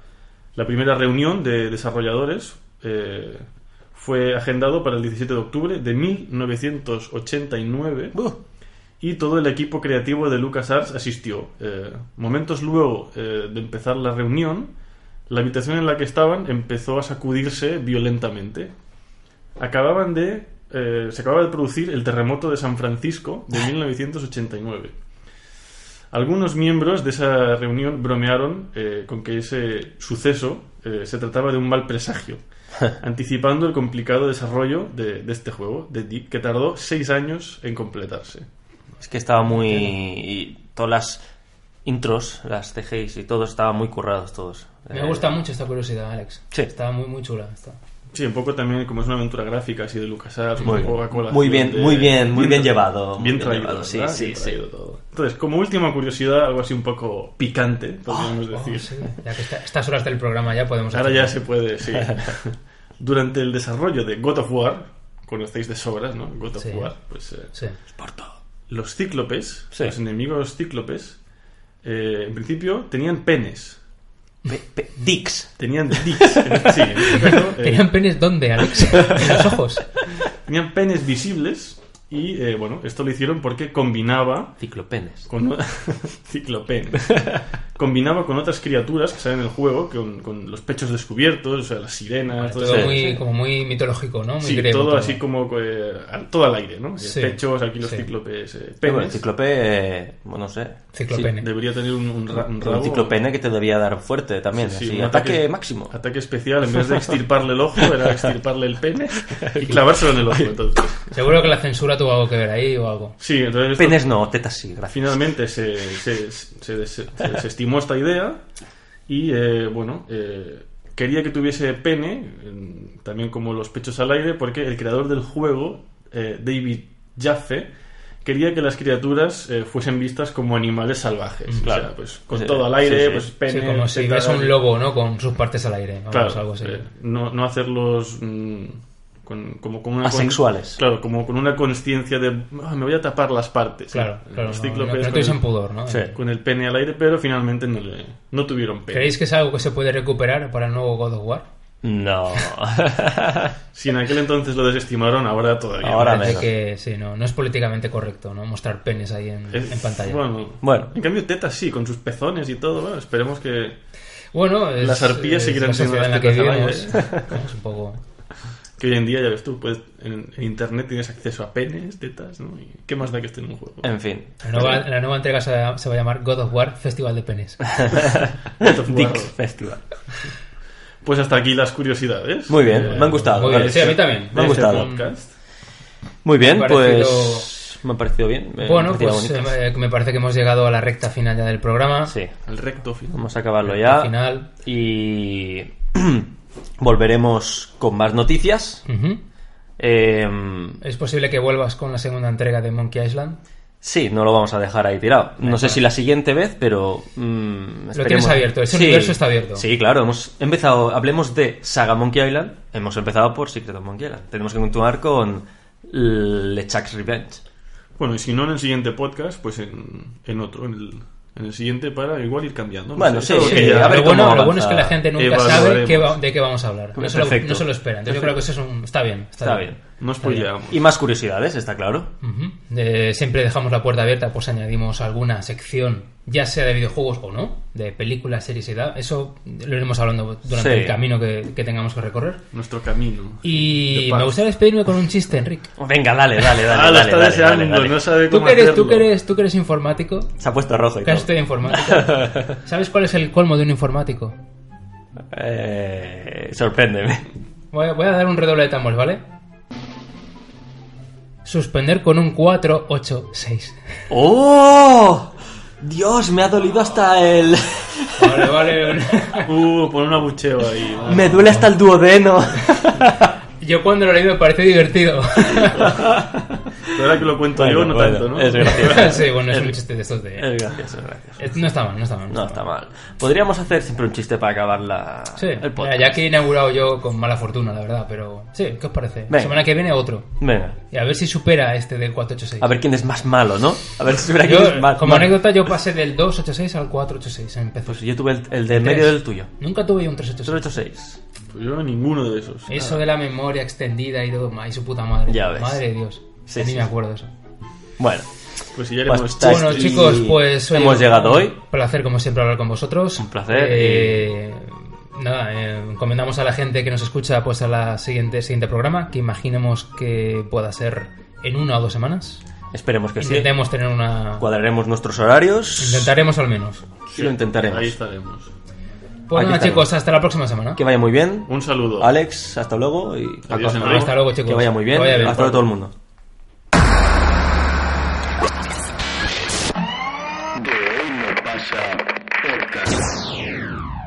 D: La primera reunión de desarrolladores eh, fue agendado para el 17 de octubre de 1989
B: Uh.
D: y todo el equipo creativo de LucasArts asistió. Eh, momentos luego eh, de empezar la reunión, la habitación en la que estaban empezó a sacudirse violentamente. Acababan de. eh, se acababa de producir el terremoto de San Francisco de 1989. Algunos miembros de esa reunión bromearon eh, con que ese suceso eh, se trataba de un mal presagio, anticipando el complicado desarrollo de, de este juego, de Dick, que tardó seis años en completarse.
C: Es que estaba muy. y todas las intros, las CGIs y todo, estaban muy currados todos.
B: Me
C: Eh,
B: gusta mucho esta curiosidad, Alex.
C: Sí.
B: Está muy, muy chula. Está.
D: Sí, un poco también como es una aventura gráfica así de LucasArts,
C: Muy
D: un
C: bien.
D: poco a colación
C: Muy bien,
D: de-
C: muy bien, muy bien llevado, muy
D: Bien
C: bien
D: traído,
C: llevado, sí,
D: ¿verdad?
C: sí,
D: Bien
C: sí.
D: traído todo. Entonces, como última curiosidad, algo así un poco picante,
C: Ah,
D: podríamos
B: Oh,
D: decir. Pues
B: sí. Ya que está- estas horas del programa ya podemos...
D: Ahora
B: hacer-
D: ya se puede, sí. Durante el desarrollo de God of War, conocéis de sobras, ¿no? God of
B: Sí.
D: War, pues eh,
B: Sí.
D: los cíclopes,
C: Sí.
D: los enemigos cíclopes, eh, en principio tenían penes.
C: Pe- pe- Dicks.
D: Tenían dicks. en- sí, en este caso, eh,
B: ¿Tenían penes dónde, Alex? en los ojos.
D: tenían penes visibles y, eh, bueno, esto lo hicieron porque combinaba
C: Ciclopenes.
D: con ciclopen combinaba con otras criaturas que salen en el juego con, con los pechos descubiertos o sea las sirenas todo
B: Todo
D: eso.
B: muy, como muy mitológico, ¿no? Muy
D: Sí,
B: griego,
D: todo, así como eh, al- todo al aire no Eh,
B: Sí.
D: pechos aquí los
B: Sí.
D: cíclopes eh,
C: Pero bueno, el
D: penes
C: ciclope, eh, bueno, no sé.
B: Ciclopene.
D: debería tener un, un ra- un
C: Un
D: rabo
C: ciclopene que te debía dar fuerte también.
D: Sí, sí,
C: así,
D: un
C: ataque, máximo.
D: ataque especial en vez de extirparle el ojo era extirparle el pene y clavárselo en el ojo entonces
B: Seguro que la censura tuvo algo que ver ahí o algo.
D: sí entonces esto-
C: Penes no, tetas sí, gracias.
D: Finalmente se, se- se des- se desestimó esta idea y, eh, bueno, eh, quería que tuviese pene, eh, también como los pechos al aire, porque el creador del juego, eh, David Jaffe, quería que las criaturas eh, fuesen vistas como animales salvajes. O sea, pues con
C: Sí,
D: todo al aire,
C: sí, sí.
D: pues pene...
B: Mm, sí, como si
D: tetas,
B: ves un lobo, ¿no? Con sus partes al aire. Vamos,
D: Claro,
B: algo así.
D: eh, no, no hacerlos mm, con, como con una... con-
C: Asexuales.
D: claro, como con una conciencia de... "Ah, me voy a tapar las partes.
B: claro, claro.
D: Los
B: no, no,
D: cíclopes
B: que no
D: con
B: tuviesen
D: el-
B: pudor, ¿no?
C: Sí.
D: con el pene al aire, pero finalmente no, le- no tuvieron pene.
B: ¿Creéis que es algo que se puede recuperar para el nuevo God of War?
C: No.
D: Si en aquel entonces lo desestimaron, ahora todavía.
C: Ahora
D: más.
B: Parece
C: menos.
B: que sí, no, no es políticamente correcto, ¿no? Mostrar penes ahí en,
D: Es-
B: en pantalla. Bueno,
D: Bueno,
C: Bueno.
D: en cambio Teta sí, con sus pezones y todo, bueno, esperemos que...
B: es,
D: Las arpías
B: es
D: seguirán
B: la
D: siendo
B: sociedad en la
D: las
B: que
D: tetas
B: vivimos.
D: al
B: ¿no? Es un poco...
D: Que hoy en día, ya ves tú, puedes, en, en internet tienes acceso a penes, tetas, ¿no? ¿Y ¿Qué más da que esté en un juego?
C: en fin.
B: La nueva, la nueva entrega se va, se va a llamar God of War Festival de Penes.
C: Dick Festival.
D: Pues hasta aquí las curiosidades.
C: Muy bien, me han gustado.
B: Muy bien,
C: Alex.
B: sí, a mí también.
C: Me han
D: de este
C: gustado.
D: podcast.
C: Muy bien,
B: Me ha parecido-
C: pues me ha parecido bien. me-
B: Bueno,
C: me parecía
B: pues
C: bonito.
B: eh, me parece que hemos llegado a la recta final ya del programa.
C: Sí,
D: El recto final.
C: vamos a acabarlo
B: Al
C: ya.
B: final.
C: Y volveremos con más noticias.
B: Ujú.
C: Eh,
B: ¿Es posible que vuelvas con la segunda entrega de Monkey Island?
C: sí, no lo vamos a dejar ahí tirado. No sé si la siguiente vez, pero... mm,
B: Lo
C: esperemos.
B: tienes abierto, ese universo está abierto.
C: Sí, claro, hemos empezado, hablemos de Saga Monkey Island, hemos empezado por Secret of Monkey Island. Tenemos que continuar con LeChuck's Revenge.
D: Bueno, y si no en el siguiente podcast, pues en, en otro, en el, en el siguiente para igual ir cambiando.
C: Bueno, sí,
D: sé, es algo
C: sí,
D: que
C: a
D: ya-
C: ver
B: lo, bueno,
C: cómo
B: lo bueno es que la
C: avanza.
B: gente nunca
D: Evaluaremos.
B: sabe qué va- de qué vamos a hablar. No se, lo,
C: Perfecto.
B: no se lo espera. Entonces yo creo que eso es un, está bien. Está,
C: Está
B: bien.
C: bien.
D: No spoileamos.
C: Y más curiosidades, está claro.
B: Ujú. Eh, siempre dejamos la puerta abierta, pues añadimos alguna sección, ya sea de videojuegos o no, de películas, series y tal. Eso lo iremos hablando durante
C: Sí.
B: el camino que, que tengamos que recorrer.
D: Nuestro camino. De
B: Y
D: paz.
B: me gustaría despedirme con un chiste, Enrique.
C: Venga, dale, dale, dale.
D: Ah, lo
C: dale,
D: está
C: dale,
D: deseando,
C: dale, dale.
D: no sabe
B: ¿Tú
D: cómo
B: que, eres,
D: hacerlo.
B: tú, que eres, tú que eres informático,
C: Se ha puesto rojo y
B: que has
C: todo.
B: estudiado informática, ¿sabes cuál es el colmo de un informático?
C: Eh, sorpréndeme.
B: Voy a, voy a dar un redoble de tambores, ¿vale? Suspender con un 4, 8, 6.
C: ¡Oh! Dios, me ha dolido hasta el...
B: Vale, vale.
D: Uh, pon un abucheo ahí.
C: me duele hasta el duodeno.
B: Yo cuando lo leí me pareció divertido.
D: Pero ahora que lo cuento yo, no
C: Bueno,
D: tanto, ¿no?
C: Es gracioso.
B: sí, bueno, es un chiste de estos de...
C: Es gracioso, es gracioso.
B: Eh, No está mal, no está mal.
C: No está mal. Podríamos hacer siempre un chiste para acabar la...
B: Sí,
C: el podcast.
B: ya que he inaugurado yo con mala fortuna, la verdad, pero sí, ¿qué os parece?
C: Venga.
B: La semana que viene otro.
C: Venga,
B: Y a ver si supera este del 486.
C: a ver quién es más malo, ¿no? A ver si hubiera
B: Yo,
C: quién es más
B: como
C: malo.
B: anécdota, yo pasé del 286 al 486 en PC.
C: Pues yo tuve el, el
B: Tres.
C: del medio del tuyo.
B: Nunca tuve yo un 386.
C: 386.
D: Pues yo ninguno de esos.
B: Eso de la memoria extendida y todo, ma- y su puta madre.
C: Ya ves.
B: Madre de Dios.
C: Sí,
B: a mí
C: sí,
B: me
C: sí.
B: acuerdo de eso.
C: Bueno,
D: Pues si ya
C: Pues
D: hemos
C: está
D: hecho-
B: bueno,
C: y
B: chicos, pues. oye,
C: hemos llegado hoy.
B: Un placer, como siempre, hablar con vosotros.
C: Un placer,
B: Eh, Nada, eh, encomendamos a la gente que nos escucha pues a la siguiente siguiente programa, que imaginemos que pueda ser en una o dos semanas.
C: esperemos que Pues sí.
B: Intentemos tener una.
C: Cuadraremos nuestros horarios.
B: Intentaremos al menos.
C: Y lo
D: Ahí
C: intentaremos.
D: estaremos.
B: Pues
C: Aquí
B: nada,
C: estaremos.
B: chicos, hasta la próxima semana.
C: Que vaya muy bien.
D: Un saludo.
C: Alex, hasta luego y
D: Adiós,
C: Paco,
D: Enrique.
B: Hasta luego, chicos.
C: Que vaya muy bien.
B: Que vaya bien.
C: Hasta luego a todo el mundo.
G: De hoy no pasa podcast.